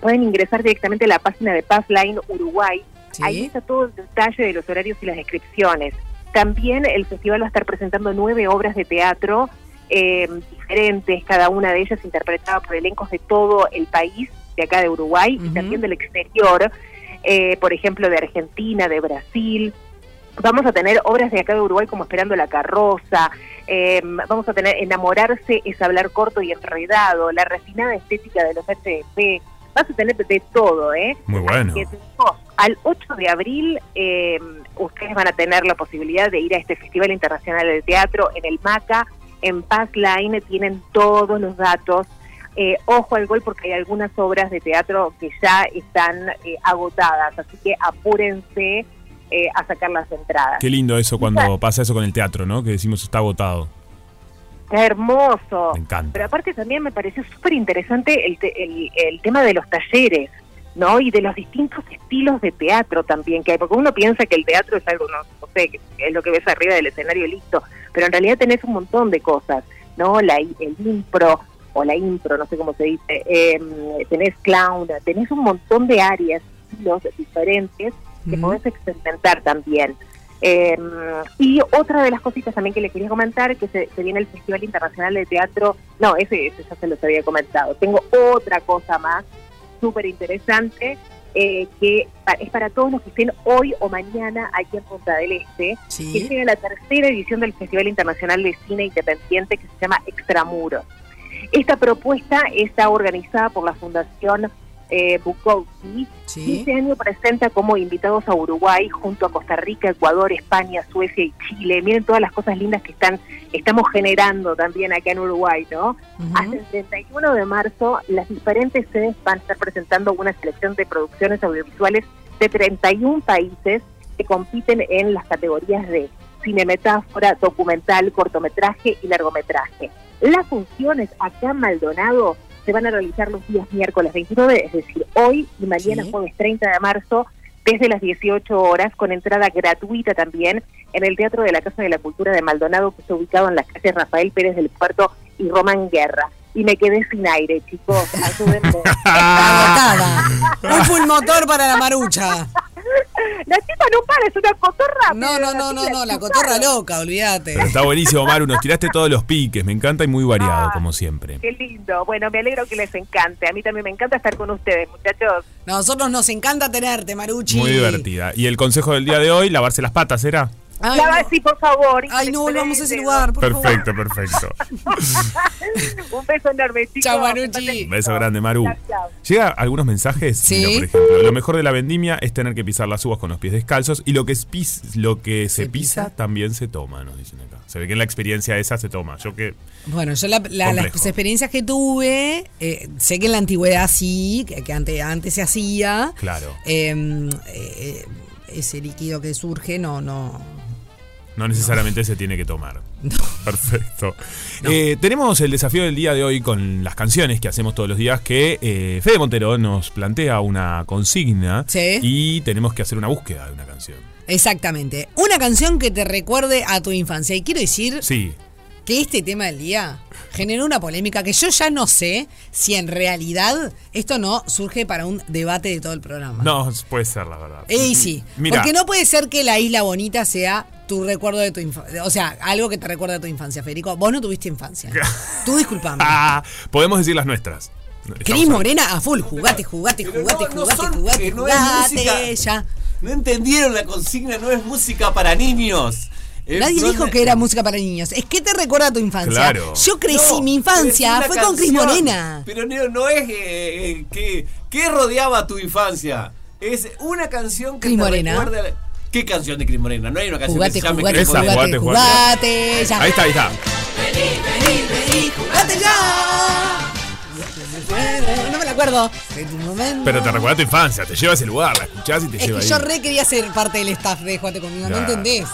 S5: pueden ingresar directamente a la página de Pathline Uruguay.
S1: Sí.
S5: Ahí está todo el detalle de los horarios y las descripciones. También el festival va a estar presentando nueve obras de teatro eh, diferentes, cada una de ellas interpretada por elencos de todo el país, de acá de Uruguay y
S1: Ujú.
S5: también del exterior, eh, por ejemplo, de Argentina, de Brasil. Vamos a tener obras de acá de Uruguay como Esperando la Carroza, eh, vamos a tener Enamorarse es hablar corto y enredado, la refinada estética de los HDP. Vas a tener de todo, ¿eh?
S2: Muy bueno.
S5: Así que, chicos, al 8 de abril eh, ustedes van a tener la posibilidad de ir a este Festival Internacional del Teatro en el MACA, en Passline, tienen todos los datos. Eh, ojo al gol porque hay algunas obras de teatro que ya están eh, agotadas, así que apúrense eh, a sacar las entradas.
S2: Qué lindo eso cuando pasa eso con el teatro, ¿no? Que decimos está agotado.
S5: Está hermoso.
S2: Me
S5: Pero
S2: encanta.
S5: aparte también me pareció súper interesante el, te- el, el tema de los talleres, ¿no? Y de los distintos estilos de teatro también que hay, porque uno piensa que el teatro es algo, no, no sé, que es lo que ves arriba del escenario y listo, pero en realidad tenés un montón de cosas, ¿no? La, i- el impro o la impro, no sé cómo se dice, em, tenés clown, tenés un montón de áreas, estilos diferentes que
S1: Ujú.
S5: podés experimentar también. Eh, y otra de las cositas también que les quería comentar, que se, se viene el Festival Internacional de Teatro, no, ese, ese ya se los había comentado, tengo otra cosa más súper interesante, eh, que pa- es para todos los que estén hoy o mañana aquí en Punta del Este, que
S1: Sí.
S5: llega la tercera edición del Festival Internacional de Cine Independiente que se llama Extramuros. Esta propuesta está organizada por la Fundación eh, Bukowski, y
S1: Sí.
S5: Este año presenta como invitados a Uruguay junto a Costa Rica, Ecuador, España, Suecia y Chile. Miren todas las cosas lindas que están estamos generando también acá en Uruguay, ¿no?
S1: Ujú.
S5: Hasta el 31 de marzo las diferentes sedes van a estar presentando una selección de producciones audiovisuales de 31 países que compiten en las categorías de cinemetáfora, documental, cortometraje y largometraje. Las funciones acá en Maldonado se van a realizar los días miércoles 29, es decir, hoy y mañana
S1: Sí.
S5: jueves 30 de marzo desde las 18 horas con entrada gratuita también en el Teatro de la Casa de la Cultura de Maldonado que está ubicado en las calles Rafael Pérez del Puerto y Román Guerra. y me quedé sin aire, chicos. Ayúdenme.
S1: Agotada. Un pulmotor para la marucha.
S5: La tipa no para, es una cotorra.
S1: No,
S5: pero
S1: no, no, no,
S5: tipa
S1: no,
S5: es
S1: la
S5: chupar.
S1: cotorra loca, olvídate.
S2: Pero está buenísimo, Maru. Nos tiraste todos los piques. Me encanta y muy variado, como siempre.
S5: Qué lindo. Bueno, me alegro que les encante. A mí también me encanta estar con ustedes, muchachos.
S1: Nosotros nos encanta tenerte, Maruchi.
S2: Muy divertida. Y el consejo del día de hoy, lavarse las patas, ¿será?
S1: Ay,
S5: Lava
S1: no,
S5: sí, por favor.
S1: Ay, no volvamos a ese lugar, por favor.
S2: Perfecto, perfecto.
S5: Un beso enorme, chicos.
S1: Chao, Maruchi.
S2: Un beso grande, Maru.
S5: Chao, chao.
S2: Llega algunos mensajes.
S1: Sí.
S2: Mira, por ejemplo, lo mejor de la vendimia es tener que pisar las uvas con los pies descalzos y lo que, es pis- lo que se,
S1: Se
S2: pisa,
S1: pisa.
S2: también se toma, nos dicen acá. Se ve que en la experiencia esa se toma. Yo que
S1: Bueno, yo la- la- las
S2: Complejo.
S1: experiencias que tuve, eh, sé que en la antigüedad sí, que, que ante- antes, se hacía.
S2: Claro.
S1: Eh, eh, ese líquido que surge, no, no.
S2: no necesariamente se tiene que tomar. Perfecto. Eh, tenemos el desafío del día de hoy con las canciones que hacemos todos los días que eh, Fede Montero nos plantea una consigna
S1: Sí.
S2: y tenemos que hacer una búsqueda de una canción.
S1: Exactamente. Una canción que te recuerde a tu infancia. Y quiero decir
S2: Sí,
S1: que este tema del día generó una polémica que yo ya no sé si en realidad esto no surge para un debate de todo el programa.
S2: no, puede ser la verdad.
S1: Ey, sí.
S2: Mira,
S1: Porque no puede ser que la isla bonita sea tu recuerdo de tu infancia. O sea, algo que te recuerda a tu infancia, Federico. Vos no tuviste infancia. Tú disculpame.
S2: Ah, podemos decir las nuestras. Estamos
S1: Cris
S2: ahí.
S1: Morena a full. Jugate, jugate,
S3: Pero
S1: jugate,
S3: no, no
S1: jugate,
S3: son-
S1: jugate,
S3: eh, no es
S2: Eh,
S1: jugate.
S3: música.
S1: Ya.
S3: No entendieron la consigna, no es música para niños. Es-
S1: Nadie
S3: no-
S1: dijo que era música para niños. Es que te recuerda a tu infancia.
S2: Claro.
S1: Yo crecí
S3: No,
S1: mi
S3: pero
S1: infancia.
S3: es
S1: Fue
S3: una
S1: con Cris
S3: canción.
S1: Morena.
S3: Pero no, no es eh, eh, que, que rodeaba tu infancia. Es una canción que
S1: Cris
S3: te
S1: Morena.
S3: recuerda a la- ¿Qué canción de Cris Morena? No hay una canción
S1: Jugate,
S3: que se llame
S1: jugate,
S3: Cris
S2: Esa,
S3: Morena.
S1: jugate,
S2: jugate, jugate.
S1: jugate. Ya.
S2: Ahí está, ahí está.
S1: Jugate ya. No me la acuerdo. De tu momento.
S2: Pero te recuerda tu infancia, te lleva a ese lugar, la escuchás y te
S1: Es
S2: lleva
S1: que
S2: ahí.
S1: yo re quería ser parte del staff de Jugate Conmigo,
S2: Claro.
S1: ¿no entendés?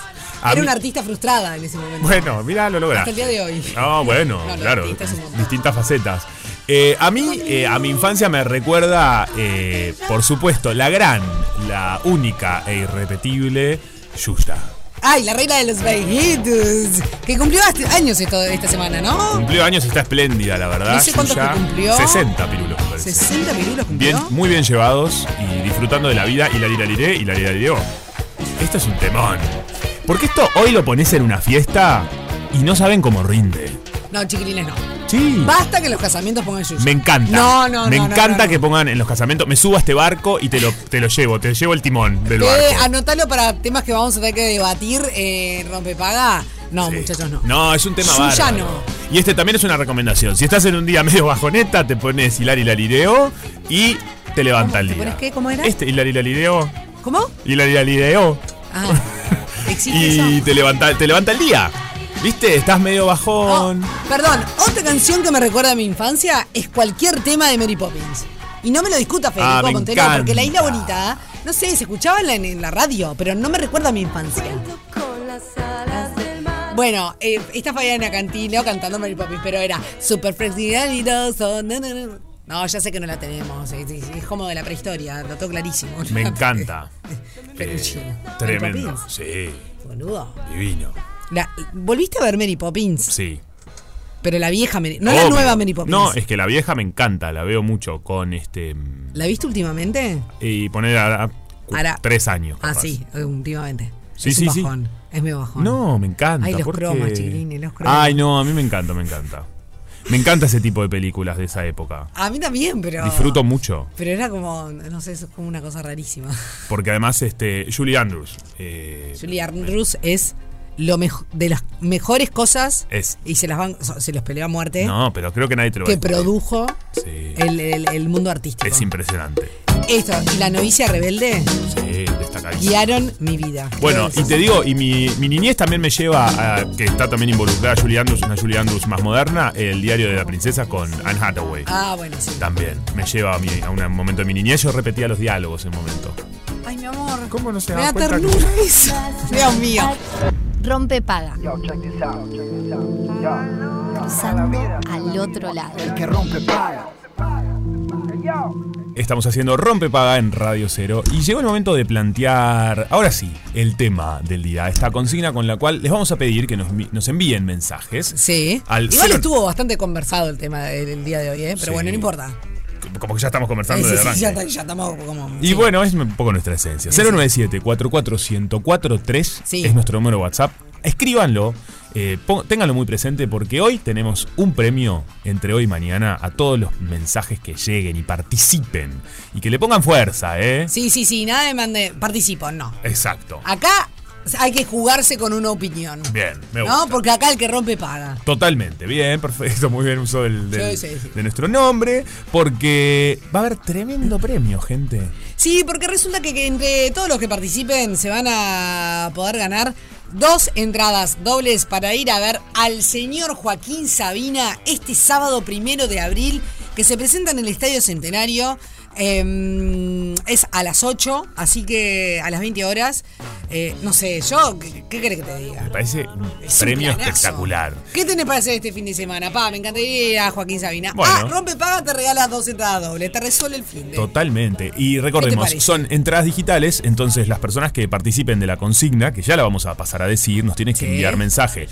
S2: A
S1: Era
S2: mí-
S1: una artista frustrada en ese momento.
S2: Bueno, mirá, lo
S1: Hasta
S2: lograste.
S1: el día de hoy.
S2: No, bueno,
S1: No, lo
S2: claro.
S1: distinto es un montón.
S2: Distintas facetas. Eh, a mí, eh, a mi infancia me recuerda, eh, por supuesto, la gran, la única e irrepetible Yuya.
S1: Ay, la reina de los viejitos. Que cumplió hace- años esto, esta semana, ¿no?
S2: Cumplió años y está espléndida, la verdad.
S1: No sé cuántos
S2: Yuya.
S1: que cumplió.
S2: 60 pirulos, me parece.
S1: 60 pirulos
S2: Bien,
S1: cumplió.
S2: muy bien llevados y disfrutando de la vida y la lira liré y la lira liré. Esto es un temón. Porque esto hoy lo pones en una fiesta y no saben cómo rinde.
S1: No, chiquilines, no.
S2: Sí.
S1: Basta que los casamientos pongan yuya.
S2: Me encanta.
S1: No, no,
S2: Me
S1: no, no,
S2: encanta
S1: no, no.
S2: que pongan en los casamientos. Me subo a este barco y te lo, te lo llevo, te llevo el timón del
S1: Eh,
S2: barco.
S1: anotalo para temas que vamos a tener que debatir. Eh, rompepaga. No,
S2: Sí.
S1: muchachos, no.
S2: No, es un tema
S1: Yo ya
S2: bárbaro.
S1: no.
S2: Y este también es una recomendación. Si estás en un día medio bajoneta, te pones Hilari Larireo y te levanta
S1: ¿Cómo?
S2: el
S1: ¿Te
S2: día.
S1: pones qué? ¿Cómo era?
S2: Este, Hilari Larireo.
S1: ¿Cómo?
S2: Hilari Larireo.
S1: Ah, existe
S2: Y
S1: eso.
S2: te levanta, te levanta el día. ¿Viste? Estás medio bajón.
S1: Oh, perdón, otra canción que me recuerda a mi infancia es cualquier tema de Mary Poppins. Y no me lo discuta Federico
S2: Ah, me
S1: Montero,
S2: encanta.
S1: porque la isla bonita, no sé, se escuchaba en la, en la radio, pero no me recuerda a mi infancia. Bueno, eh, esta fue Ana Cantino cantando Mary Poppins, pero era super flexibilidoso. na, na, na. No, ya sé que no la tenemos. Es, es- es como de la prehistoria, lo tengo clarísimo.
S2: Me encanta.
S1: Peluchín.
S2: Eh,
S1: Mary
S2: tremendo.
S1: Poppins.
S2: Sí,
S1: Boludo.
S2: divino.
S1: La- Volviste a ver Mary Poppins,
S2: Sí.
S1: pero la vieja Mary. No la
S2: Obvio.
S1: nueva Mary Poppins.
S2: No, es que la vieja me encanta, la veo mucho con este. mm,
S1: ¿La viste últimamente?
S2: Y poner a, a- cu-
S1: Ahora-
S2: tres años.
S1: Ah,
S2: capaz.
S1: sí, últimamente.
S2: Sí,
S1: es
S2: sí,
S1: un
S2: sí.
S1: bajón. Es medio bajón.
S2: No, me encanta.
S1: Ay, los
S2: porque-
S1: cromas, chiquilines, los cromas.
S2: Ay, no, a mí me encanta, me encanta. Me encanta ese tipo de películas de esa época.
S1: A mí también, pero.
S2: Disfruto mucho.
S1: Pero era como, no sé, eso es como una cosa rarísima.
S2: Porque además, este, Julie Andrews. eh,
S1: Julie Andrews es lo mejo- de las mejores cosas.
S2: Es.
S1: Y se las van, so- se los peleó a muerte.
S2: No, pero creo que nadie te lo va a
S1: ¿Eh? Que
S2: discutir.
S1: produjo
S2: Sí.
S1: el, el- el mundo artístico.
S2: Es impresionante.
S1: Esto, y la novicia rebelde
S2: Sí, destacadísimo.
S1: guiaron mi vida.
S2: Bueno,
S1: Creo
S2: y
S1: que
S2: te
S1: sí.
S2: digo, y mi, mi niñez también me lleva a que está también involucrada Julie Andrews, una Julie Andrews más moderna, el diario de la princesa con Anne Hathaway.
S1: Ah, bueno, sí.
S2: También me lleva a, mi, a un momento de mi niñez. Yo repetía los diálogos en un momento.
S1: Ay, mi amor.
S2: ¿Cómo no se
S1: Me da ternura eso. Dios mío.
S6: Rompe paga. Cruzando al otro lado.
S2: Estamos haciendo Rompepaga en Radio Cero. Y llegó el momento de plantear, ahora sí, el tema del día. Esta consigna con la cual les vamos a pedir que nos, envi- nos envíen mensajes.
S1: Sí.
S2: Al
S1: Igual
S2: cero-
S1: estuvo bastante conversado el tema del, del día de hoy, ¿eh? Pero
S2: Sí.
S1: bueno, no importa.
S2: Como que ya estamos
S1: Sí,
S2: conversando
S1: sí,
S2: de
S1: sí,
S2: arranque.
S1: ya, está- ya estamos como.
S2: Y bueno, es un poco nuestra esencia. 097-44143
S1: Sí.
S2: es nuestro número de WhatsApp. Escríbanlo, eh, pon- ténganlo muy presente porque hoy tenemos un premio entre hoy y mañana a todos los mensajes que lleguen y participen. Y que le pongan fuerza, ¿eh?
S1: Sí, Ah. sí, sí, nada de mande. Participo, no.
S2: Exacto.
S1: Acá hay que jugarse con una opinión.
S2: Bien, me gusta.
S1: ¿No? Porque acá el que rompe paga.
S2: Totalmente, bien, perfecto, muy bien uso del, del-
S1: Sí, sí, sí.
S2: de nuestro nombre, porque va a haber tremendo premio, gente.
S1: Sí, porque resulta que, que entre todos los que participen se van a poder ganar dos entradas dobles para ir a ver al señor Joaquín Sabina este sábado primero de abril, que se presenta en el Estadio Centenario. Eh, es a las 8, así que a las 20 horas. Eh, no sé, yo, ¿qué, qué querés que te diga?
S2: Me parece un
S1: Es un
S2: premio
S1: planazo.
S2: espectacular.
S1: ¿Qué tenés para hacer este fin de semana? Pa, me encantaría ir a Joaquín Sabina.
S2: Bueno.
S1: Ah, rompe paga, te regalas dos entradas dobles. Te resuelve el fin de.
S2: Totalmente. Y recordemos,
S1: parece?
S2: son entradas digitales, entonces las personas que participen de la consigna, que ya la vamos a pasar a decir, nos tienen
S1: Sí.
S2: que enviar mensaje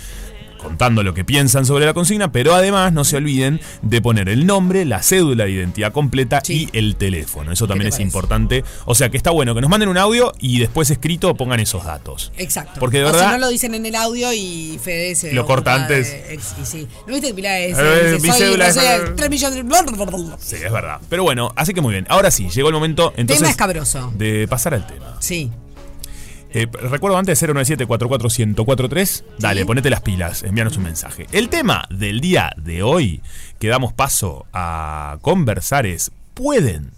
S2: contando lo que piensan sobre la consigna, pero además no se olviden de poner el nombre, la cédula de identidad completa
S1: Sí.
S2: y el teléfono. Eso también
S1: te
S2: es
S1: parece?
S2: importante. O sea que está bueno que nos manden un audio y después escrito pongan esos datos.
S1: Exacto.
S2: Porque de
S1: O
S2: verdad-
S1: si no lo dicen en el audio y Fede se.
S2: Lo corta
S1: ocupa de-
S2: antes.
S1: ex- y sí. ¿No viste que Pilar es?
S2: Eh,
S1: dice,
S2: mi
S1: soy,
S2: cédula
S1: no
S2: es-
S1: sé, 3 millones.
S2: Sí, es verdad. Pero bueno, así que muy bien. Ahora sí, llegó el momento entonces
S1: escabroso.
S2: de pasar al tema.
S1: Sí.
S2: Eh, recuerdo antes 097-44143. Dale, ponete las pilas, envíanos un mensaje. El tema del día de hoy que damos paso a conversar es: ¿pueden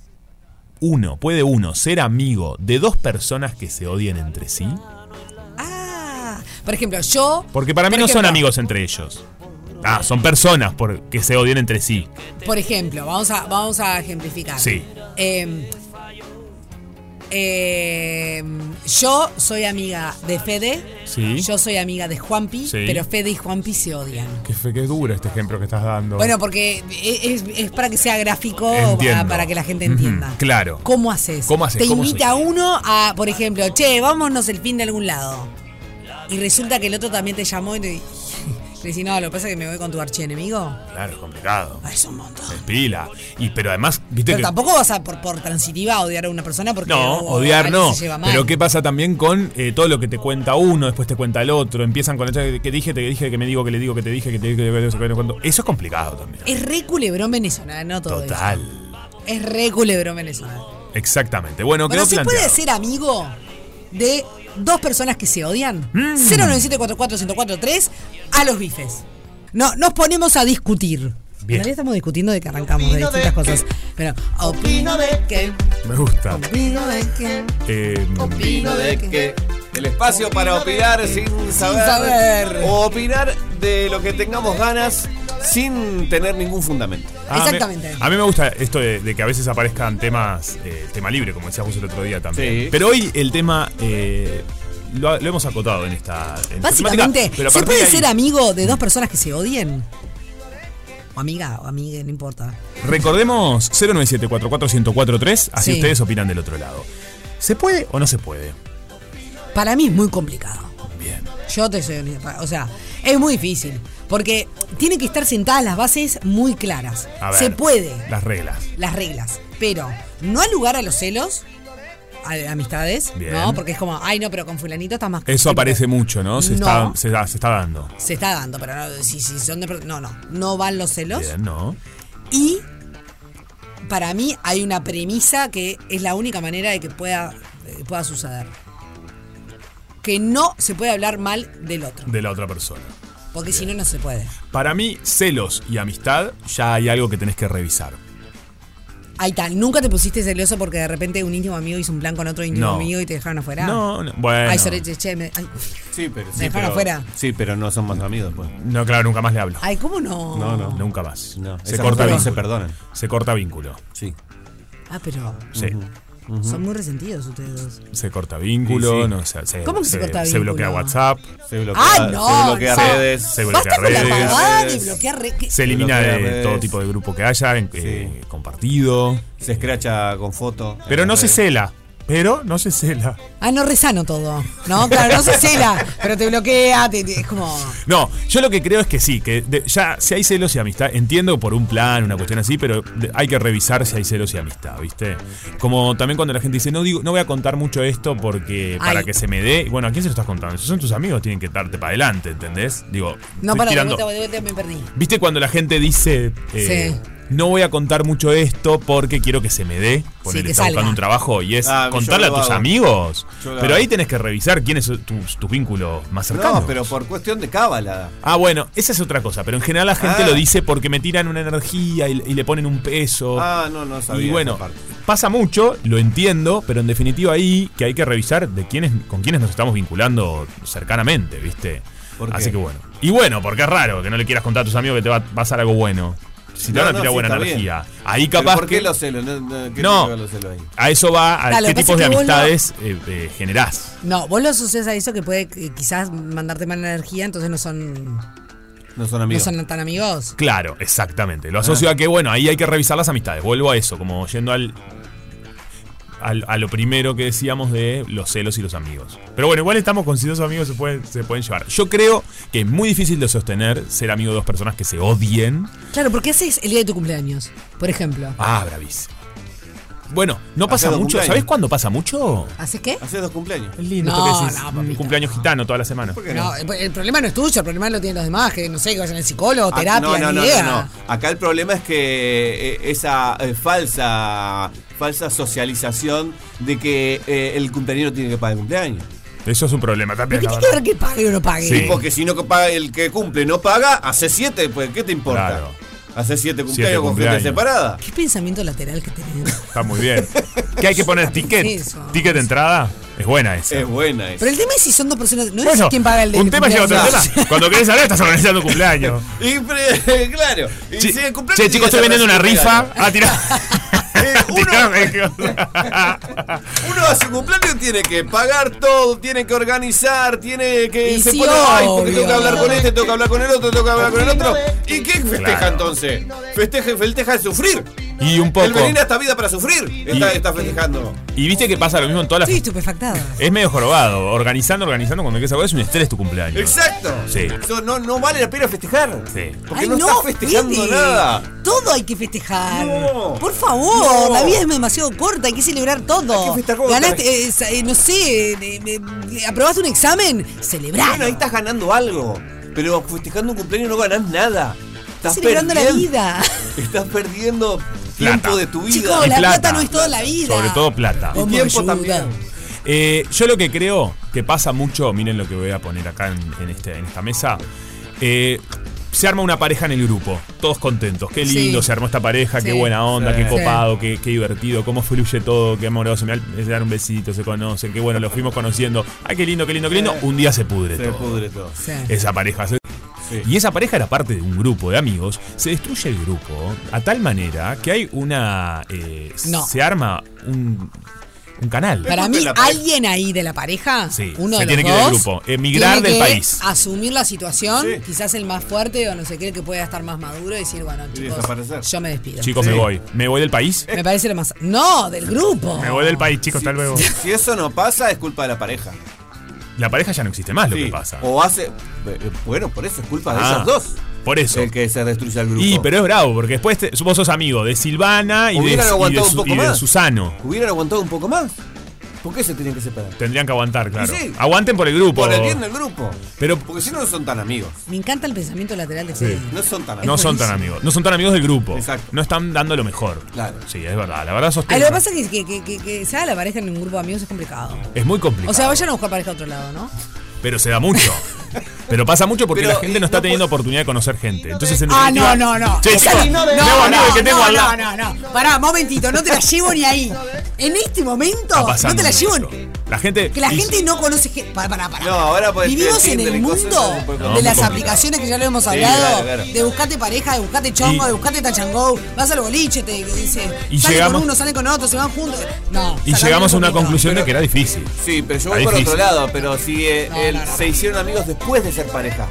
S2: uno, puede uno ser amigo de dos personas que se odian entre sí?
S1: Ah. Por ejemplo, yo.
S2: Porque para mí
S1: por
S2: no son
S1: ejemplo,
S2: amigos entre ellos. Ah, son personas por- que se odian entre sí.
S1: Por ejemplo, vamos a, vamos a ejemplificar.
S2: Sí.
S1: Eh, eh, yo soy amiga de Fede.
S2: Sí.
S1: Yo soy amiga de Juanpi.
S2: Sí.
S1: Pero Fede y Juanpi se odian.
S2: Qué, dura este ejemplo que estás dando.
S1: Bueno, pues, porque e-, es, es para que sea gráfico,
S2: Entiendo.
S1: para, para que la gente entienda.
S2: Ujú, claro.
S1: ¿Cómo haces?
S2: ¿Cómo haces?
S1: Te
S2: ¿Cómo
S1: invita
S2: se-
S1: uno a, por ejemplo, che, vámonos el fin de algún lado. Y resulta que el otro también te llamó y te y le dice, no, lo que pasa es que me voy con tu archienemigo.
S2: claro, es complicado.
S1: Ah, Es un montón.
S2: Es Pila. Y, pero además, viste
S1: Pero
S2: que.
S1: tampoco vas a por, por transitiva odiar a una persona porque
S2: No,
S1: o-
S2: odiar
S1: alguien
S2: no.
S1: se lleva mal.
S2: Pero qué pasa también con eh, todo lo que te cuenta uno, después te cuenta el otro, empiezan con esto que- que dije, te dije, que me digo, que le digo, que te dije, que te dije, que te dije, que te cuento. Eso es complicado también.
S1: Es re culebrón venezolano todo
S2: Total.
S1: eso. Es re culebrón venezolano.
S2: Exactamente. Bueno,
S1: Bueno,
S2: quedó
S1: ¿se
S2: planteado.
S1: puede ser amigo de dos personas que se odian?
S2: Mm.
S1: 097441043 a los bifes. No, nos ponemos a discutir.
S2: Bien.
S1: En realidad estamos discutiendo de que arrancamos de
S4: Opino de
S1: distintas cosas. Pero opino de que,
S2: Me gusta.
S1: opino de que,
S2: Eh,
S4: Opino de que.
S3: El espacio para opinar sin saber,
S1: saber.
S3: O opinar de lo que tengamos ganas sin tener ningún fundamento.
S2: ah, me-
S1: Exactamente.
S2: a mí me gusta esto de, de que a veces aparezcan temas, eh, tema libre, como decía justo el otro día también.
S3: Sí.
S2: Pero hoy el tema eh, lo, lo hemos acotado en esta. en esta temática,
S1: Básicamente,
S2: pero a
S1: ¿se
S2: partir de
S1: puede
S2: ahí-
S1: ser amigo de dos personas que se odien? O amiga, o amigue, no importa.
S2: Recordemos 097-44143, así
S1: Sí.
S2: ustedes opinan del otro lado. ¿Se puede o no se puede?
S1: Para mí es muy complicado.
S2: Bien.
S1: Yo te soy honesta. O sea, es muy difícil. Porque tienen que estar sentadas las bases muy claras.
S2: A ver,
S1: Se puede,
S2: Las reglas.
S1: las reglas. Pero no al lugar a los celos, a a amistades,
S2: Bien.
S1: ¿no? Porque es como, ay, no, pero con fulanito está más...
S2: Eso aparece mucho, ¿no? Se,
S1: No.
S2: Está, se, da- se está dando.
S1: Se está dando, pero no, si, si son de... per- No, no, no van los celos.
S2: Bien, ¿no?
S1: Y para mí hay una premisa que es la única manera de que pueda, eh, pueda suceder. Que no se puede hablar mal del otro.
S2: De la otra persona.
S1: Porque si no, no se puede.
S2: Para mí, celos y amistad ya hay algo que tenés que revisar.
S1: Ahí está, nunca te pusiste celoso porque de repente un íntimo amigo hizo un plan con otro íntimo
S2: No.
S1: amigo y te dejaron afuera.
S2: No, no, bueno.
S1: Ay, sorry, che, che, me- ay,
S3: Sí, pero
S1: Me dejaron afuera.
S3: Sí, pero no son más amigos, pues.
S2: No, claro, nunca más le hablo.
S1: ay, ¿cómo no?
S3: No, no.
S2: Nunca más.
S3: No,
S2: se
S3: esas
S2: corta
S3: cosas no
S2: vínculo.
S3: se perdonan.
S2: Se corta vínculo.
S3: Sí.
S1: Ah, pero.
S2: Sí. Ujú.
S1: Son muy resentidos ustedes dos.
S2: Se corta vínculo,
S3: Sí, sí.
S2: no sé, se,
S1: ¿Cómo que se corta
S2: se
S1: vínculo?
S2: bloquea WhatsApp,
S3: Se bloquea,
S1: Ah, no,
S3: se bloquea
S1: no.
S3: redes.
S2: Se bloquea
S1: Basta con la
S2: redes.
S1: pavada de bloquear re- que-
S2: se elimina
S3: bloquea
S2: de
S3: redes.
S2: todo tipo de grupo que haya, en- eh, compartido.
S3: Se escracha con foto. Eh,
S2: Pero no se
S3: sé
S2: cela. Pero no se cela.
S1: Ah, no resano todo. No, claro, no se cela, pero te bloquea, te- te- es como.
S2: No, yo lo que creo es que sí, que de- ya si hay celos y amistad, entiendo por un plan, una cuestión así, pero de- hay que revisar si hay celos y amistad, ¿viste? Como también cuando la gente dice, no digo, no voy a contar mucho esto porque para
S1: Ay.
S2: que se me dé. Y Bueno, ¿a quién se lo estás contando? Si son tus amigos, tienen que darte para adelante, ¿entendés? Digo,
S1: No,
S2: estoy
S1: para, de
S2: tirando-
S1: vuelta, de vuelta me perdí.
S2: ¿Viste cuando la gente dice, eh, no voy a contar mucho esto porque quiero que se me dé? Ponele,
S1: que
S2: está
S1: salga.
S2: buscando un trabajo y es
S3: Ah, yo
S2: contarle a
S3: lo
S2: tus
S3: hago.
S2: amigos.
S3: Yo lo
S2: Pero
S3: hago.
S2: ahí tenés que revisar quiénes son tus, tus vínculos más cercanos.
S3: No, pero por cuestión de cábala.
S2: Ah, bueno, esa es otra cosa, pero en general la gente
S3: Ah.
S2: lo dice porque me tiran una energía y, y le ponen un peso.
S3: Ah, no, no sabía.
S2: y bueno,
S3: esa parte.
S2: pasa mucho, lo entiendo, pero en definitiva ahí que hay que revisar de quiénes, con quiénes nos estamos vinculando cercanamente, ¿viste?
S3: ¿Por qué?
S2: Así que bueno. Y bueno, porque es raro que no le quieras contar a tus amigos que te va a pasar algo bueno. Si te
S3: No,
S2: van a
S3: no,
S2: tirar
S3: sí,
S2: buena
S3: está bien.
S2: energía. Ahí
S3: Pero
S2: capaz
S3: ¿Por qué
S2: que.
S3: los celos? No, no, ¿qué
S2: No.
S3: tiene que ver los celos ahí?
S2: A eso va, a
S1: Claro, lo
S2: qué
S1: que pasa
S2: tipos de
S1: es que vos no-
S2: amistades eh, eh, generás.
S1: No, vos lo asociás a eso que puede eh, quizás mandarte mala energía, entonces no son, no
S3: No son amigos.
S1: son tan amigos.
S2: Claro, exactamente. Lo asocio a que, bueno, ahí hay que revisar las amistades. Vuelvo a eso, como yendo al, al- a lo primero que decíamos de los celos y los amigos. Pero bueno, igual estamos con si dos amigos se pueden, se pueden llevar. Yo creo que es muy difícil de sostener ser amigo de dos personas que se odien.
S1: Claro, porque haces el día de tu cumpleaños, por ejemplo.
S2: Ah, bravísimo. Bueno, no pasa
S3: Hace dos
S2: mucho.
S3: cumpleaños.
S2: ¿Sabés cuándo pasa mucho?
S1: ¿Haces qué?
S3: Hace dos cumpleaños.
S2: Es lindo
S1: No,
S2: esto que decís.
S1: no,
S2: un
S1: papito.
S2: cumpleaños gitano toda la semana.
S3: ¿Por qué no?
S1: No, el, el problema no es tuyo, el problema lo tienen los demás, que no sé, que vayan al psicólogo, terapia,
S3: Ah, no, no,
S1: ni
S3: no,
S1: idea.
S3: no, no. Acá el problema es que eh, esa eh, falsa falsa socialización de que eh, el cumpleañero tiene que pagar el cumpleaños.
S2: Eso es un problema
S1: ¿Pero
S2: también.
S1: qué
S2: la
S1: tiene que
S2: verdad.
S1: ver que pague o no pague?
S2: Sí.
S3: Porque si no que paga- el que cumple no paga, hace siete, pues ¿qué te importa?
S2: Claro.
S3: Hace siete cumpleaños
S2: Siete
S3: con
S2: cumpleaños.
S3: gente separada.
S1: ¿Qué pensamiento lateral que tenés?
S2: Está muy bien. ¿Qué hay que poner? ¿Ticket?
S1: Eso.
S2: ¿Ticket de entrada? Es buena esa.
S3: Es buena esa.
S1: Pero el tema es si son dos personas, no
S2: Bueno,
S1: es quién paga el de
S2: un tema lleva a otro
S1: cumpleaños.
S2: tema. Cuando querés saber, estás organizando un cumpleaños.
S3: Y pre- claro. Y
S2: Che,
S3: si el cumpleaños
S2: che,
S3: tiene
S2: chicos,
S3: que
S2: estoy vendiendo una
S3: hacer
S2: rifa.
S3: regalo.
S2: Ah, tirá.
S3: Eh,
S2: Tirá.
S3: Uno a su cumpleaños tiene que pagar todo, tiene que organizar, tiene que.
S1: Y
S3: se
S1: sí,
S3: pone, ay, porque tengo que
S1: obvio.
S3: hablar con este, tengo que hablar con el otro, tengo que hablar con el otro. ¿Y qué festeja
S2: Claro.
S3: entonces? Festeja, festeja el sufrir.
S2: Y un
S3: El
S2: poco.
S3: venir a esta vida para sufrir. Está, está festejando.
S2: Y viste que pasa lo mismo en todas las.
S1: Estoy estupefactada.
S2: Es medio jorobado. Organizando, organizando, cuando querés algo es un estrés tu cumpleaños.
S3: Exacto.
S2: Sí.
S3: Eso no, no vale la pena festejar.
S2: Sí.
S3: Porque no, estás festejando
S1: Fede.
S3: nada.
S1: Todo hay que festejar.
S3: No.
S1: Por favor,
S3: No.
S1: la vida es demasiado corta, hay que celebrar todo.
S3: Hay que festejar como
S1: Ganaste, eh, sa- eh, no sé, eh, eh, eh, aprobaste un examen, celebrá.
S3: Bueno, ahí estás ganando algo. Pero festejando un cumpleaños no ganás nada. Estás
S1: Estás celebrando la
S3: perdiendo-
S1: vida.
S3: Estás perdiendo tiempo
S2: Plata.
S3: de tu vida.
S1: Chicos,
S2: Y
S1: la
S2: plata.
S1: plata no es toda la vida.
S2: Sobre todo plata.
S1: Vamos,
S3: tiempo
S1: ayuda.
S3: también.
S2: Eh, yo lo que creo que pasa mucho, miren lo que voy a poner acá en, en este- en esta mesa. Eh, se arma una pareja en el grupo, todos contentos. Qué lindo,
S1: Sí.
S2: se armó esta pareja, qué
S1: Sí.
S2: buena onda,
S3: Sí.
S2: qué copado, qué, qué divertido, cómo fluye todo, qué amoroso. Me dan un besito, se conocen, qué bueno, los fuimos conociendo. Ay, qué lindo, qué lindo, qué lindo. Un día se pudre
S3: Se
S2: todo.
S3: pudre todo.
S1: Sí.
S2: Esa pareja. se-
S3: Sí.
S2: Y esa pareja era parte de un grupo de amigos. Se destruye el grupo a tal manera que hay una. eh,
S1: No.
S2: Se arma un, un canal.
S1: Para
S3: Disculpe
S1: mí,
S3: la pareja.
S1: alguien ahí de la pareja,
S2: Sí,
S1: uno
S2: se
S1: de
S2: tiene
S1: los
S2: que ir del
S1: dos,
S2: grupo, emigrar
S1: tiene
S2: del
S1: que
S2: país.
S1: Asumir la situación,
S3: Sí.
S1: quizás el más fuerte o no sé qué, el que pueda estar más maduro y decir, bueno,
S3: desaparecer.
S1: chicos, yo me despido.
S2: Chicos, me voy. Me voy del país.
S1: Me parece lo más. No, del grupo.
S2: Me voy del país, chicos, hasta luego.
S3: Si eso no pasa, es culpa de la pareja.
S2: La pareja ya no existe más, lo
S3: Sí.
S2: que pasa.
S3: O hace. eh, Bueno, por eso es culpa de
S2: Ah,
S3: esas dos.
S2: Por eso.
S3: El que se destruye el grupo.
S2: Y, pero es bravo, porque después te- vos sos amigo de Silvana Ah, y de, y
S3: Hubieran
S2: de
S3: aguantado
S2: Su-
S3: un poco
S2: y de
S3: más.
S2: Susano.
S3: ¿Hubieran aguantado un poco más? ¿Por qué se tenían que separar?
S2: Tendrían que aguantar, claro.
S3: sí.
S2: Aguanten por el grupo.
S3: Por el bien del grupo.
S2: Pero-
S3: Porque si no, no son tan amigos.
S1: Me encanta el pensamiento lateral de Fede. Ah,
S3: No son tan
S2: No
S3: amigos.
S2: son tan amigos. No son tan amigos del grupo.
S3: Exacto.
S2: No están dando lo mejor.
S3: Claro.
S2: Sí, es verdad. La verdad
S1: Ah,
S2: sostengo.
S1: lo que pasa es que, que, que, que sea la pareja en un grupo de amigos es complicado.
S2: Es muy complicado.
S1: O sea, vayan a buscar pareja a otro lado, ¿no?
S2: Pero se da mucho. Pero pasa mucho porque
S3: Pero,
S2: la gente
S3: eh,
S2: no está
S3: no
S2: teniendo
S3: puedes-
S2: oportunidad de conocer gente. Entonces, en
S1: Ah,
S2: definitiva-
S1: no, no, no.
S2: Che,
S1: Esa-
S2: chicos,
S1: no,
S2: me hago amigo que tengo
S1: no,
S2: al lado.
S1: no, no, no. Pará, momentito, no te la llevo ni ahí. En este momento,
S2: Está pasando
S1: no te la llevo
S2: eso.
S1: ni-
S2: La gente.
S1: Que la
S2: y-
S1: gente no conoce. que- Para, para, para.
S3: No, ahora podés
S1: Vivimos en
S3: decir
S1: el
S3: de cosas,
S1: mundo
S3: no, pues,
S2: no,
S1: de
S2: muy
S1: las
S2: complicado.
S1: aplicaciones que ya lo hemos
S3: Sí,
S1: hablado.
S3: claro, claro.
S1: De buscate pareja, de buscate chongo,
S2: Y-
S1: de buscate tachangó. Vas al boliche, te dice.
S2: Y
S1: salen
S2: llegamos-
S1: con uno, salen con otro, se van juntos. No.
S2: Y
S1: sacame
S2: llegamos a una
S1: poquito.
S2: conclusión de que era difícil.
S3: Sí, pero yo voy
S2: Está
S3: por otro
S2: difícil.
S3: lado, pero si eh,
S1: No,
S3: el-
S1: no, no.
S3: se hicieron amigos después de ser pareja.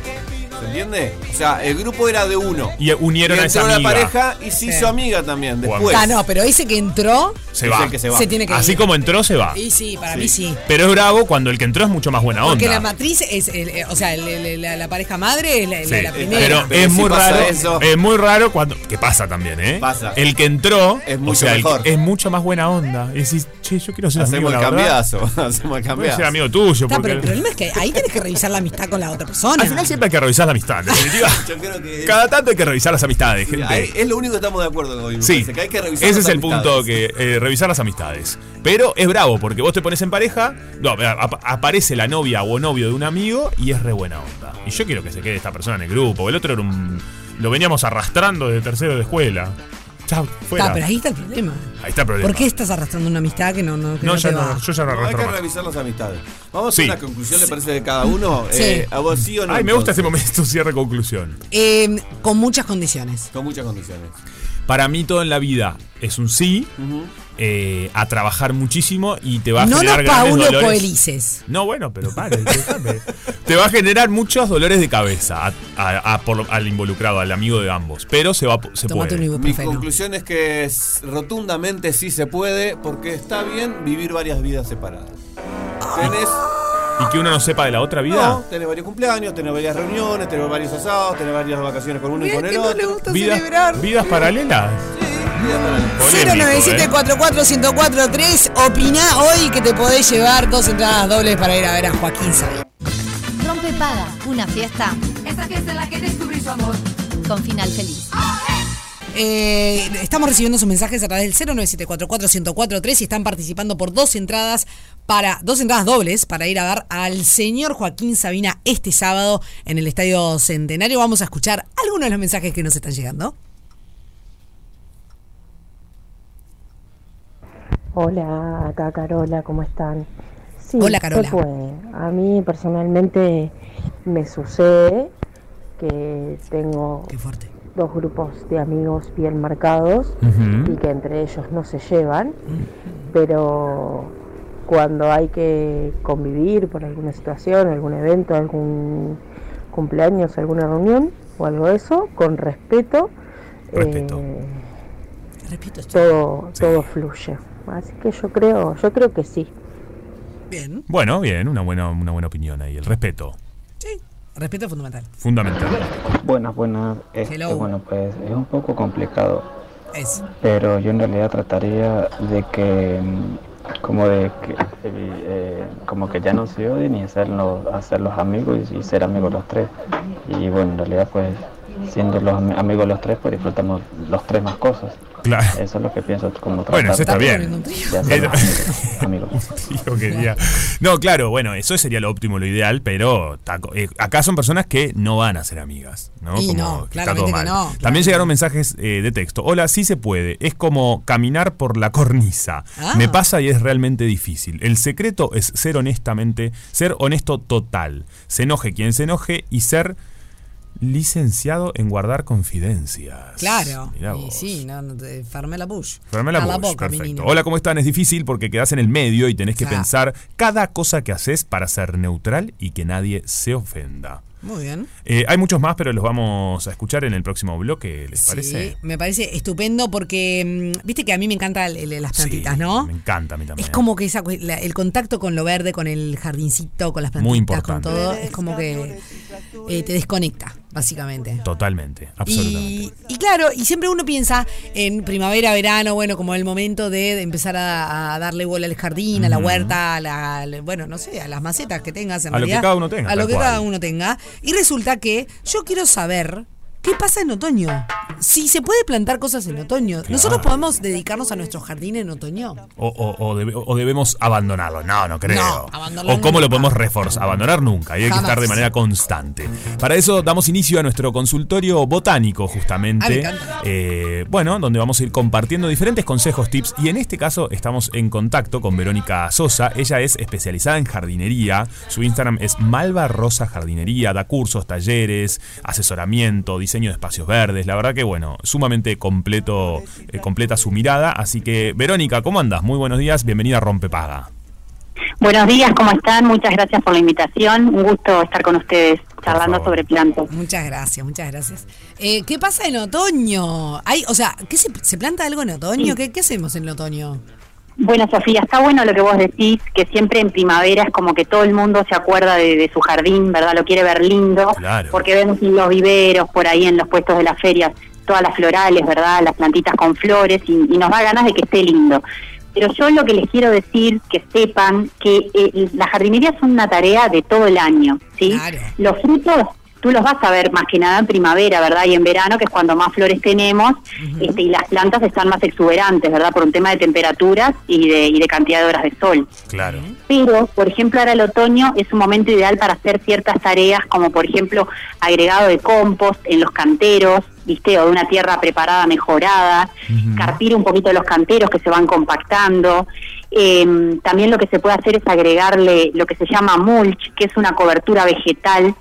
S3: ¿Se entiende? O sea, el grupo era de uno.
S2: Y unieron
S3: Y
S2: a esa
S3: entró una
S2: amiga.
S3: pareja y se
S1: Sí.
S3: hizo amiga también
S2: Guau.
S3: después.
S1: Ah, no, pero ese que entró.
S2: Se
S3: Es
S2: va.
S3: el que se va.
S1: Se tiene que
S2: Así
S1: ir.
S2: como entró, se va.
S1: Y sí, para mí sí.
S2: Pero es bravo cuando el que entró es mucho más buena
S1: Porque la
S2: onda.
S1: matriz es, el- eh, o sea, el- el- la, la pareja madre es la,
S2: Sí,
S1: la- la primera.
S2: Pero,
S3: Eh, Pero
S2: es
S3: si
S2: muy
S3: pasa
S2: raro.
S3: eso-
S2: Es muy raro cuando. Que pasa también, ¿eh?
S3: Pasa.
S2: El que entró.
S3: Es
S2: o
S3: mucho
S2: sea, el que-
S3: mejor.
S2: es mucho más buena onda. Y decís, che, yo quiero ser
S3: Hacemos el
S2: amigo. la verdad.
S3: cambiazo. Hacemos el
S2: Voy a ser
S3: cambiazo.
S2: amigo tuyo.
S1: Está,
S2: porque-
S1: pero el problema es que ahí tenés que revisar la amistad con la otra persona.
S2: Al final siempre hay que revisar la amistad. En definitiva,
S3: Yo creo que-
S2: cada tanto hay que revisar las amistades, gente.
S3: Ahí- es lo único que estamos de acuerdo hoy. me
S2: Sí,
S3: parece, que hay que revisar
S2: ese
S3: las
S2: es el
S3: amistades.
S2: punto que eh, revisar las amistades. Pero es bravo porque vos te pones en pareja, no, ap- aparece la novia o novio de un amigo y es re buena onda. Y yo quiero que se quede esta persona en el grupo. El otro era un, lo veníamos arrastrando de tercero de escuela. Chao, fuera.
S1: Está, pero ahí está el problema.
S2: Ahí está el problema.
S1: ¿Por qué estás arrastrando una amistad que no, no, que
S2: No,
S1: no
S2: ya
S1: te va?
S2: no, yo ya no
S3: No, hay
S2: arrastro
S3: que
S2: más.
S3: revisar las amistades. Vamos
S2: Sí.
S3: a una conclusión, le parece, de cada uno. Eh,
S1: Sí.
S3: ¿A vos sí o no?
S2: Ay, me gusta ese
S3: entonces?
S2: momento cierre conclusión.
S1: Eh, con muchas condiciones.
S3: Con muchas condiciones.
S2: Para mí todo en la vida es un sí, eh, a trabajar muchísimo y te va a
S1: No los
S2: generar grandes
S1: Paulo
S2: dolores.
S1: Coelices.
S2: No, bueno, pero para, disculpame. Te va a generar muchos dolores de cabeza a- a- a por lo- al involucrado, al amigo de ambos. Pero se, va, a po- se
S1: Tomate un
S2: puede.
S3: Mi
S1: ibuprofeno.
S3: conclusión es que es- rotundamente sí se puede, porque está bien vivir varias vidas separadas. Tenés,
S2: Ah. Y que uno no sepa de la otra
S3: no,
S2: vida.
S3: tenés varios cumpleaños, tenés varias reuniones, tenés varios asados, tenés varias vacaciones con uno y con el otro.
S2: Vidas- vidas paralelas. Polémico, eh.
S1: 097-44143. Opina hoy que te podés llevar dos entradas dobles para ir a ver a Joaquín Sabina.
S6: Rompe Paga, una fiesta
S7: Esta fiesta en la que descubrí su amor.
S6: con final feliz.
S1: Eh, estamos recibiendo sus mensajes a través del 097441043 y están participando por dos entradas para dos entradas dobles para ir a ver al señor Joaquín Sabina este sábado en el Estadio Centenario. Vamos a escuchar algunos de los mensajes que nos están llegando.
S8: Hola, acá Carola, ¿cómo están? Sí,
S1: Hola,
S8: se
S1: Carola.
S8: puede. A mí personalmente me sucede que tengo
S1: Qué fuerte.
S8: dos grupos de amigos bien marcados
S2: Ujú.
S8: y que entre ellos no se llevan, pero cuando hay que convivir por alguna situación, algún evento, algún cumpleaños, alguna reunión o algo de eso, con respeto,
S2: Respeto.
S8: eh,
S1: Repito, esto.
S8: todo, todo fluye. Así que yo creo, yo creo que sí.
S1: Bien.
S2: Bueno, bien, una buena, una buena opinión ahí. El respeto,
S1: Sí. Respeto fundamental.
S2: fundamental.
S9: Buenas, buenas. Este,
S1: Hello.
S9: bueno, pues es un poco complicado,
S1: Es.
S9: pero yo en realidad trataría de que, mm, como de que, eh, como que ya no se odien y hacerlos, hacerlos amigos y, y ser amigos los tres. Y bueno, en realidad, pues siendo los ami- amigos los tres, pues disfrutamos los tres más cosas.
S2: Claro.
S9: Eso es lo que pienso, como tratar
S2: Bueno, eso está
S9: de-
S1: poniendo un
S2: bien. Eh,
S1: trío.
S9: de hacerlos amigos. amigos.
S2: Digo que diga. No, claro, bueno, eso sería lo óptimo, lo ideal, pero taco- eh, acá son personas que no van a ser amigas, ¿no?
S1: Y
S2: Como
S1: no,
S2: que está
S1: claramente
S2: todo
S1: que
S2: mal.
S1: no,
S2: También
S1: claramente.
S2: llegaron mensajes eh, de texto. Hola, sí se puede. Es como caminar por la cornisa.
S1: Ah.
S2: Me pasa y es realmente difícil. El secreto es ser honestamente, ser honesto total. Se enoje quien se enoje y ser licenciado en guardar confidencias.
S1: Claro.
S2: Mirá
S1: Y
S2: vos.
S1: sí, no, no te- Farmela Bush.
S2: Fermela
S1: A la
S2: Bush,
S1: boca,
S2: perfecto.
S1: menino.
S2: Hola, ¿cómo están? Es difícil porque quedás en el medio y tenés que
S1: Ah.
S2: pensar cada cosa que haces para ser neutral y que nadie se ofenda.
S1: Muy bien.
S2: Eh, hay muchos más, pero los vamos a escuchar en el próximo bloque, ¿les
S1: Sí,
S2: parece?
S1: me parece estupendo porque mm, viste que a mí me encantan las plantitas,
S2: Sí,
S1: ¿no?
S2: Me encanta a mí también.
S1: Es como que esa cue- la- el contacto con lo verde, con el jardincito, con las plantitas,
S2: Muy
S1: con
S2: importante.
S1: todo, es como que eh, te desconecta, básicamente.
S2: Totalmente,
S1: Y,
S2: absolutamente.
S1: y claro, y siempre uno piensa en primavera, verano, bueno, como el momento de empezar a, a darle bola al jardín, a la huerta, a la, al- bueno, no sé, a las macetas que tengas en
S2: A lo que
S1: realidad.
S2: cada uno tenga,
S1: A lo
S2: tal
S1: que
S2: cual.
S1: cada uno tenga. Y resulta que yo quiero saber ¿Qué pasa en otoño? Si se puede plantar cosas en otoño, ¿nosotros
S2: Claro.
S1: podemos dedicarnos a nuestro jardín en otoño?
S2: O, o- o debe- o debemos abandonarlo. No, no creo.
S1: No, abandonarlo
S2: o cómo lo podemos reforzar. Abandonar nunca. Y hay que
S1: Jamás.
S2: estar de manera constante. Para eso damos inicio a nuestro consultorio botánico,
S10: Ah, me
S2: justamente.
S10: encanta.
S2: Eh, bueno, donde vamos a ir compartiendo diferentes consejos, tips. Y en este caso estamos en contacto con Verónica Sosa. Ella es especializada en jardinería. Su Instagram es Malva Rosa Jardinería. Da cursos, talleres, asesoramiento, diseño de espacios verdes. La verdad que, bueno, sumamente completo, eh, completa su mirada. Así que, Verónica, ¿cómo andas? Muy buenos días. Bienvenida a Rompepaga.
S11: Buenos días, ¿cómo están? Muchas gracias por la invitación. Un gusto estar con ustedes charlando sobre plantas.
S1: Muchas gracias, muchas gracias. Eh, ¿Qué pasa en otoño? Hay, o sea, ¿qué se, se planta algo en otoño? ¿Qué, qué hacemos en el otoño?
S11: Bueno, Sofía, está bueno lo que vos decís, que siempre en primavera es como que todo el mundo se acuerda de, de su jardín, ¿verdad? Lo quiere ver lindo,
S12: Claro.
S11: porque vemos en los viveros, por ahí en los puestos de las ferias, todas las florales, ¿verdad? Las plantitas con flores y, y nos da ganas de que esté lindo. Pero yo lo que les quiero decir, que sepan que eh, la jardinería es una tarea de todo el año, ¿sí? Los frutos tú los vas a ver más que nada en primavera, ¿verdad? Y en verano, que es cuando más flores tenemos, este, y las plantas están más exuberantes, ¿verdad? Por un tema de temperaturas y de, y de cantidad de horas de sol.
S2: Claro.
S11: Pero, por ejemplo, ahora el otoño es un momento ideal para hacer ciertas tareas, como por ejemplo agregado de compost en los canteros, ¿viste? O de una tierra preparada, mejorada, carpir un poquito los canteros que se van compactando. Eh, también lo que se puede hacer es agregarle lo que se llama mulch, que es una cobertura vegetal,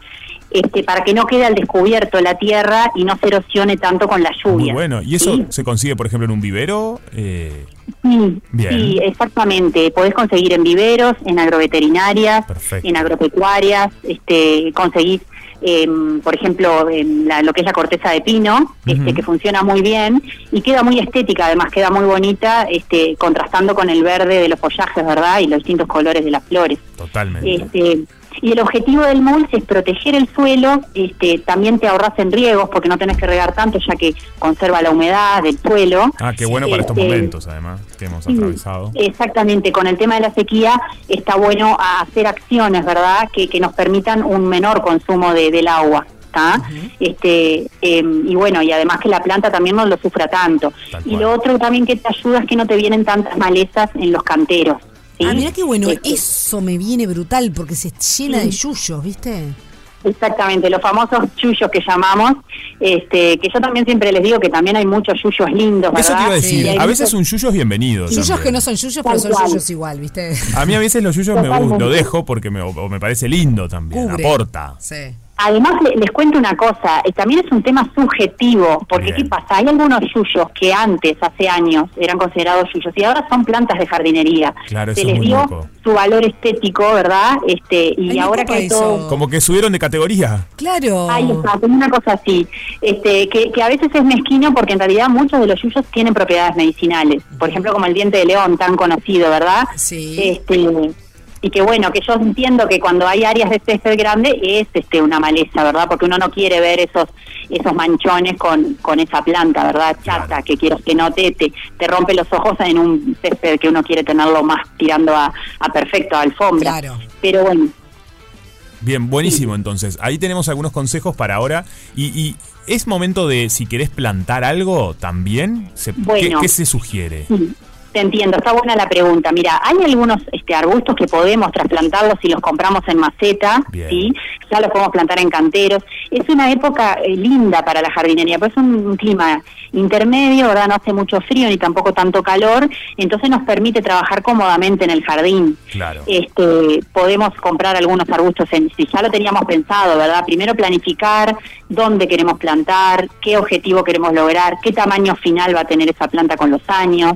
S11: este, para que no quede al descubierto la tierra y no se erosione tanto con la
S2: Muy
S11: lluvia.
S2: bueno. ¿Y eso
S11: ¿sí?
S2: se consigue, por ejemplo, en un vivero? Eh,
S11: Sí,
S2: Bien.
S11: sí, exactamente. Podés conseguir en viveros, en agroveterinarias,
S2: Perfecto.
S11: en agropecuarias, este, conseguís, em, por ejemplo, em, la- lo que es la corteza de pino, este,
S12: Ujú.
S11: que funciona muy bien y queda muy estética, además queda muy bonita, este, contrastando con el verde de los follajes, ¿verdad? Y los distintos colores de las flores.
S2: totalmente.
S11: Este, y el objetivo del mulch es proteger el suelo, este, también te ahorras en riegos porque no tenés que regar tanto ya que conserva la humedad del suelo.
S2: Ah, qué bueno para estos
S11: Este,
S2: momentos, además, que hemos
S11: Sí,
S2: atravesado.
S11: Exactamente, con el tema de la sequía está bueno a- hacer acciones, ¿verdad?, que, que nos permitan un menor consumo de, del agua. ¿tá? este em, Y bueno, y además que la planta también no lo sufra tanto. Y lo otro también que te ayuda es que no te vienen tantas malezas en los canteros. ¿sí?
S1: Ah, mirá qué bueno,
S11: Este,
S1: eso me viene brutal porque se llena de
S11: Sí.
S1: yuyos, ¿viste?
S11: Exactamente, los famosos yuyos que llamamos, este, que yo también siempre les digo que también hay muchos yuyos lindos, ¿verdad?
S2: Eso te iba a decir.
S11: Y hay
S2: a veces
S11: muchos-
S2: un yuyo es bienvenido.
S1: Yuyos
S2: también.
S1: que no son yuyos,
S11: Tal
S1: pero son
S11: cual.
S1: yuyos igual, ¿viste?
S2: A mí a veces los yuyos me
S11: Totalmente.
S2: lo dejo porque me, o me parece lindo también,
S11: Cubre.
S2: aporta.
S1: Sí.
S11: Además, le- les cuento una cosa, eh, también es un tema subjetivo, porque ¿qué pasa? Hay algunos yuyos que antes, hace años, eran considerados yuyos y ahora son plantas de jardinería.
S2: Claro,
S11: Se
S2: eso es
S11: les
S2: muy
S11: dio
S2: loco.
S11: su valor estético, ¿verdad? Este, y ahora que hay todo...
S2: Como que subieron de categoría.
S1: Claro.
S11: Ahí está, como una cosa así, este, que, que a veces es mezquino porque en realidad muchos de los yuyos tienen propiedades medicinales, por ejemplo como el diente de león tan conocido, ¿verdad?
S1: Sí.
S11: Este, y que bueno, que yo entiendo que cuando hay áreas de césped grande es este una maleza, ¿verdad? Porque uno no quiere ver esos esos manchones con, con esa planta, ¿verdad? Chata, que quieras que no te, te, te rompe los ojos en un césped que uno quiere tenerlo más tirando a, a perfecto, a alfombra.
S1: Claro.
S11: Pero bueno,
S2: Bien, buenísimo entonces. Ahí tenemos algunos consejos para ahora. Y, y es momento de, si querés plantar algo también, se- ¿qué-
S11: Bueno.
S2: ¿qué, se sugiere?
S11: Sí, Te entiendo, está buena la pregunta. Mira, hay algunos este, arbustos que podemos trasplantarlos si los compramos en maceta,
S12: Bien.
S11: ¿sí? ya los podemos plantar en canteros. Es una época eh, linda para la jardinería, pues es un, un clima intermedio, ¿verdad? No hace mucho frío ni tampoco tanto calor, entonces nos permite trabajar cómodamente en el jardín.
S2: Claro.
S1: Eh,
S11: Este, podemos comprar algunos arbustos en si ya lo teníamos pensado, ¿verdad? Primero planificar dónde queremos plantar, qué objetivo queremos lograr, qué tamaño final va a tener esa planta con los años,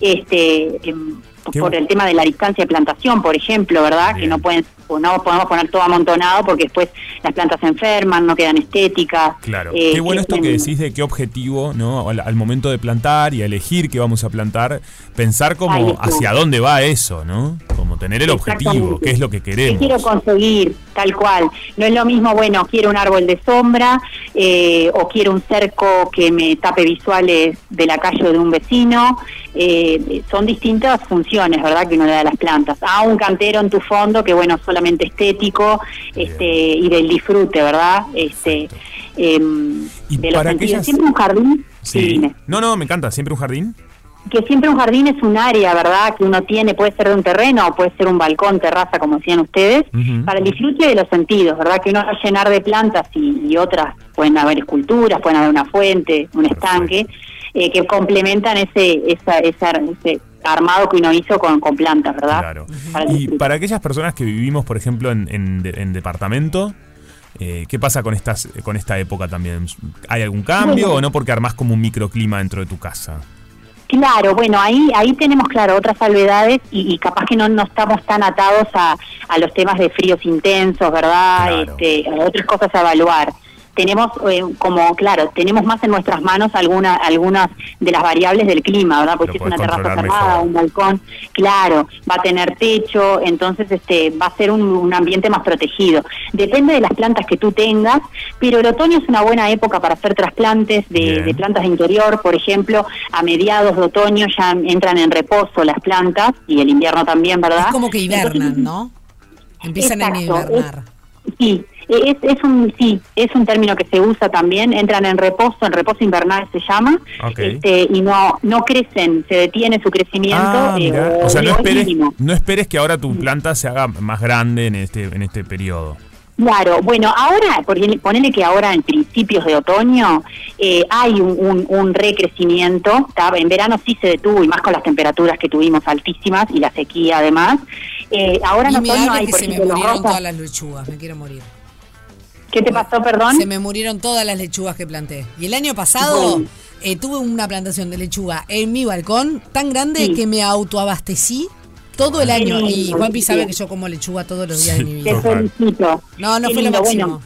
S11: este em,
S12: Qué
S11: por
S12: bu-
S11: el tema de la distancia de plantación, por ejemplo, ¿verdad? Que no pueden o no podemos poner todo amontonado porque después las plantas se enferman, no quedan estéticas.
S2: Claro.
S11: Eh,
S2: qué bueno esto que
S11: tienen-
S2: decís de qué objetivo, ¿no? Al, al momento de plantar y a elegir qué vamos a plantar, pensar
S11: Ahí
S2: como
S11: está.
S2: hacia dónde va eso, ¿no? Como tener el objetivo,
S11: Exactamente.
S2: qué es lo que
S11: ¿Qué
S2: queremos.
S11: quiero conseguir? Tal cual. No es lo mismo, bueno, quiero un árbol de sombra eh, o quiero un cerco que me tape visuales de la calle o de un vecino. Eh, son distintas funciones, ¿verdad?, que uno le da a las plantas. A un cantero en tu fondo, que bueno, solamente estético este, y del disfrute, ¿verdad? Este, eh,
S2: Y
S11: de los
S2: para
S11: sentidos.
S2: aquellas-
S11: Siempre un jardín, sí,
S2: Sí.
S11: dime.
S2: No, no, me encanta. Siempre un jardín.
S11: que siempre un jardín es un área, ¿verdad? Que uno tiene, puede ser de un terreno o puede ser un balcón, terraza, como decían ustedes,
S2: Ujú.
S11: para el disfrute de los sentidos, ¿verdad? Que uno va a llenar de plantas y, y otras, pueden haber esculturas, pueden haber una fuente, un estanque, eh, que complementan ese, esa, esa- ese armado que uno hizo con, con plantas, ¿verdad? Para el
S2: Y para aquellas personas que vivimos, por ejemplo, en, en de- en departamento, eh, ¿qué pasa con, estas, con esta época también? ¿Hay algún cambio
S11: Bueno.
S2: o no? Porque armás como un microclima dentro de tu casa.
S11: Claro, bueno, ahí ahí tenemos, claro, otras salvedades y, y capaz que no, no estamos tan atados a, a los temas de fríos intensos, ¿verdad? Este, a otras cosas a evaluar. Tenemos, eh, como, claro, tenemos más en nuestras manos alguna, algunas de las variables del clima, ¿verdad? Porque si es una terraza
S10: controlar
S11: cerrada, un balcón, claro, va a tener techo, entonces este va a ser un, un ambiente más protegido. Depende de las plantas que tú tengas, pero el otoño es una buena época para hacer trasplantes de, de plantas de interior, por ejemplo, a mediados de otoño ya entran en reposo las plantas y el invierno también, ¿verdad?
S1: Es como que hibernan, ¿no? Empiezan a
S11: Exacto, es-
S1: hibernar.
S11: Sí, es, es un sí, es un término que se usa también, entran en reposo, en reposo invernal se llama,
S2: Ok.
S11: este, y no no crecen, se detiene su crecimiento.
S2: Ah,
S11: eh,
S2: mirá. O sea, no
S11: digo, es
S2: esperes,
S11: mínimo.
S2: no esperes que ahora tu planta se haga más grande en este, en este periodo.
S11: Claro, bueno, ahora, porque ponele que ahora en principios de otoño eh, hay un, un- un recrecimiento, ¿tá? en verano sí se detuvo y más con las temperaturas que tuvimos altísimas y la sequía además. Eh, ahora en
S1: Y me
S11: otoño
S1: hable
S11: hay,
S1: que
S11: por
S1: se me
S11: ejemplo, los
S1: murieron
S11: rosas.
S1: todas las lechugas, me quiero morir.
S11: ¿Qué te pasó, perdón?
S1: Se me murieron todas las lechugas que planté. Y el año pasado
S11: Bueno.
S1: eh, tuve una plantación de lechuga en mi balcón tan grande que me autoabastecí todo el
S11: Qué
S1: año. Y
S11: lindo,
S1: Juanpi sabe
S11: bien.
S1: que yo como lechuga todos los días de mi
S11: Te
S1: vida.
S11: felicito.
S1: No, no
S11: Qué
S1: fue lo
S11: lindo,
S1: máximo.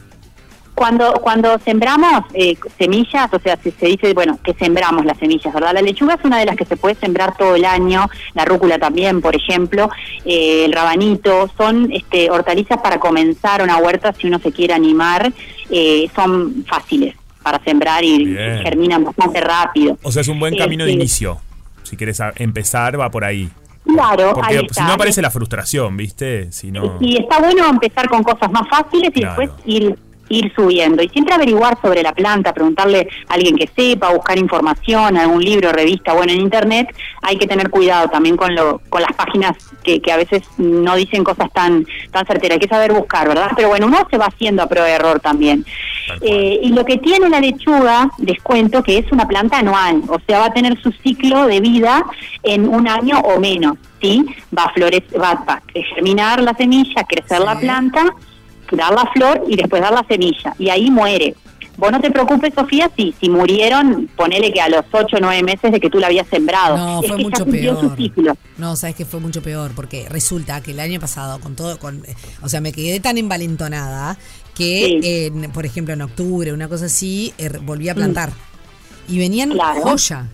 S11: Cuando, cuando sembramos eh, semillas, o sea, se, se dice, bueno, que sembramos las semillas, ¿verdad? La lechuga es una de las que se puede sembrar todo el año, la rúcula también, por ejemplo, eh, el rabanito, son este, hortalizas para comenzar una huerta si uno se quiere animar, eh, son fáciles para sembrar y
S2: Bien.
S11: germinan bastante rápido.
S2: O sea, es un buen
S11: Sí,
S2: camino de
S11: sí.
S2: inicio. Si quieres a- empezar, va por ahí.
S11: Claro, ahí
S2: Porque
S11: está.
S2: si no aparece la frustración, ¿viste? Si no...
S11: Y está bueno empezar con cosas más fáciles y
S2: Claro.
S11: después ir ir subiendo y siempre averiguar sobre la planta, preguntarle a alguien que sepa, buscar información, algún libro, revista, bueno, en internet hay que tener cuidado también con lo con las páginas que, que a veces no dicen cosas tan tan certeras, hay que saber buscar, ¿verdad? Pero bueno, uno se va haciendo a prueba de error también. Eh, y lo que tiene la lechuga, les cuento que es una planta anual, o sea, va a tener su ciclo de vida en un año o menos, ¿sí? Va a, florecer, va, va a germinar la semilla, crecer la planta, dar la flor y después dar la semilla, y ahí muere. Vos no te preocupes, Sofía, si, si murieron, ponele que a los 8 o 9 meses de que tú la habías sembrado.
S1: No,
S11: Es
S1: fue
S11: que ya
S1: mucho
S11: cumplió
S1: peor.
S11: su ciclo.
S1: No, sabes que fue mucho peor, porque resulta que el año pasado, con todo, con, o sea, me quedé tan envalentonada que, en, por ejemplo, en octubre, una cosa así, eh,
S11: Mm.
S1: volví a plantar. Y venían joya.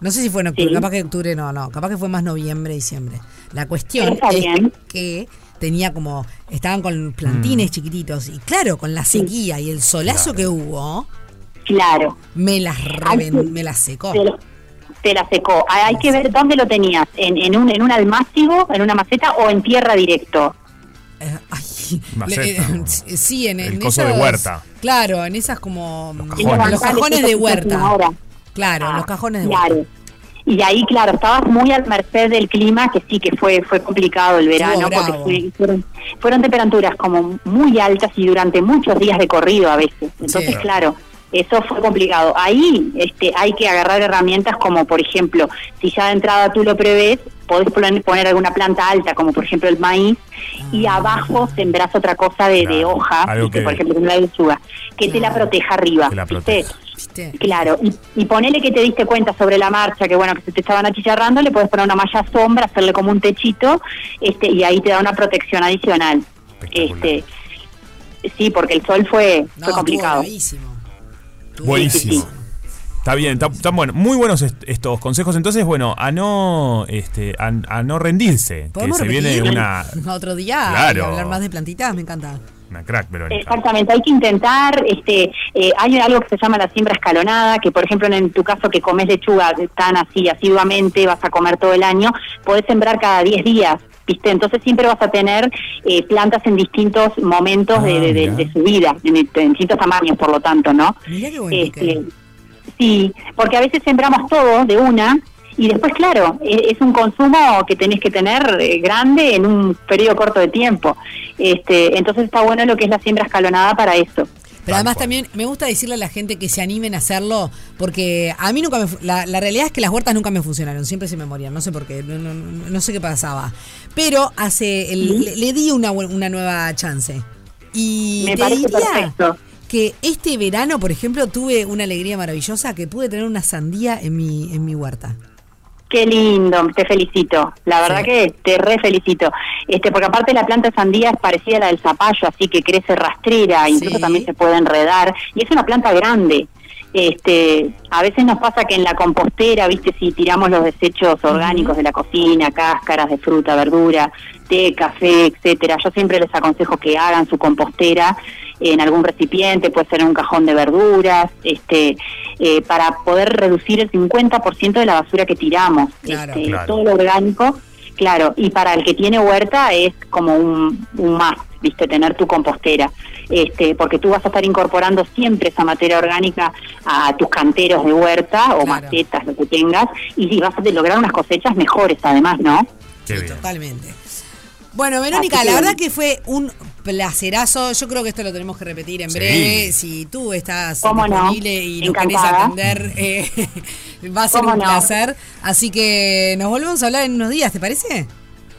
S1: No sé si fue en octubre,
S11: Sí.
S1: capaz que en octubre no, no, capaz que fue más noviembre, diciembre. La cuestión
S11: Está
S1: es
S11: bien.
S1: que tenía como, estaban con plantines chiquititos, y claro, con la sequía y el solazo que hubo,
S11: claro,
S1: me las, reven-
S11: Ay, sí.
S1: me las secó.
S11: Te, lo- te la secó. Ah, Hay, hay que ver dónde lo tenías, en, en un en un almácigo, en una maceta o en tierra directo.
S1: Le-
S2: Maceta,
S1: eh,
S2: ¿no?
S1: sí, en,
S2: El
S1: en
S2: coso de
S1: esas-
S2: huerta.
S1: Claro, en esas como
S2: cajones. En los
S1: los cajones
S11: bancales,
S1: de
S11: esos que se hacen
S1: huerta.
S11: ahora. Ah,
S1: Claro, los cajones de
S11: Claro.
S1: huerta.
S11: Y ahí, claro, estabas muy al merced del clima, que sí que fue fue complicado el verano,
S1: Estuvo
S11: porque
S1: bravo.
S11: fue- fueron, fueron temperaturas como muy altas y durante muchos días de corrido a veces. Entonces,
S1: Sí.
S11: claro, eso fue complicado. Ahí este, hay que agarrar herramientas como, por ejemplo, si ya de entrada tú lo prevés, podés pon- poner alguna planta alta, como por ejemplo el maíz, y
S1: Ah.
S11: abajo sembrás otra cosa de, de hoja,
S2: algo
S11: ¿viste?
S2: que-
S11: por ejemplo, la lechuga, que te la proteja arriba. ¿viste? Claro, y, y ponele que te diste cuenta sobre la marcha, que bueno, que se te estaban achicharrando, le puedes poner una malla sombra, hacerle como un techito, este, y ahí te da una protección adicional. Este, sí, porque el sol fue, fue complicado.
S2: Buenísimo. Está bien, está- están bueno. Muy buenos est- estos consejos. Entonces, bueno, a no, este, a, a no rendirse. Que
S1: ¿Podemos
S2: se viene
S1: repetir
S2: una,
S1: otro día y
S2: Claro.
S1: hablar más de plantitas? Me encanta.
S2: una crack, Verónica.
S11: Exactamente, hay que intentar, este, eh, hay algo que se llama la siembra escalonada, que por ejemplo en tu caso que comes lechuga tan así asiduamente, vas a comer todo el año, podés sembrar cada 10 días ¿viste? Entonces siempre vas a tener eh, plantas en distintos momentos de, de- de- de su vida, en, en distintos tamaños, por lo tanto, ¿no?
S1: Mirá qué
S11: bueno.
S13: Este,
S11: sí, porque a veces sembramos todo de una y después, claro, e- es un consumo que tenés que tener eh, grande en un periodo corto de tiempo. Este, entonces está bueno lo que es la siembra escalonada para eso.
S1: Pero además también me gusta decirle a la gente que se animen a hacerlo, porque a mí nunca me... fu- La, la realidad es que las huertas nunca me funcionaron, siempre se me morían, no sé por qué, no, no- no sé qué pasaba. Pero hace el- le, le di una, bu- una nueva chance. Y
S11: Me
S1: te
S11: parece
S1: diría
S11: perfecto.
S1: que este verano, por ejemplo, tuve una alegría maravillosa que pude tener una sandía en mi, en mi huerta.
S11: Qué lindo, te felicito. La verdad que te re felicito. Este, porque aparte la planta de sandía es parecida a la del zapallo, así que crece rastrera, incluso también se puede enredar. Y es una planta grande. Este, a veces nos pasa que en la compostera, viste, si tiramos los desechos orgánicos de la cocina, cáscaras de fruta, verdura, té, café, etcétera, yo siempre les aconsejo que hagan su compostera en algún recipiente, puede ser en un cajón de verduras, este, eh, para poder reducir el 50% de la basura que tiramos,
S1: Claro.
S11: Este,
S1: Claro.
S11: todo lo orgánico, claro, y para el que tiene huerta es como un, un más, viste, tener tu compostera, este, porque tú vas a estar incorporando siempre esa materia orgánica a tus canteros de huerta o macetas, lo que tengas, y, y vas a lograr unas cosechas mejores además, ¿no?
S1: Totalmente. Bueno, Verónica,
S11: Así que
S1: la verdad
S11: bueno.
S1: que fue un placerazo. Yo creo que esto lo tenemos que repetir en
S11: Sí.
S1: breve. Si tú estás
S11: ¿Cómo no?
S1: disponible y nos querés
S11: Encantada.
S1: atender, eh, va a ser
S11: ¿Cómo
S1: un
S11: no?
S1: placer. Así que nos volvemos a hablar en unos días, ¿te parece?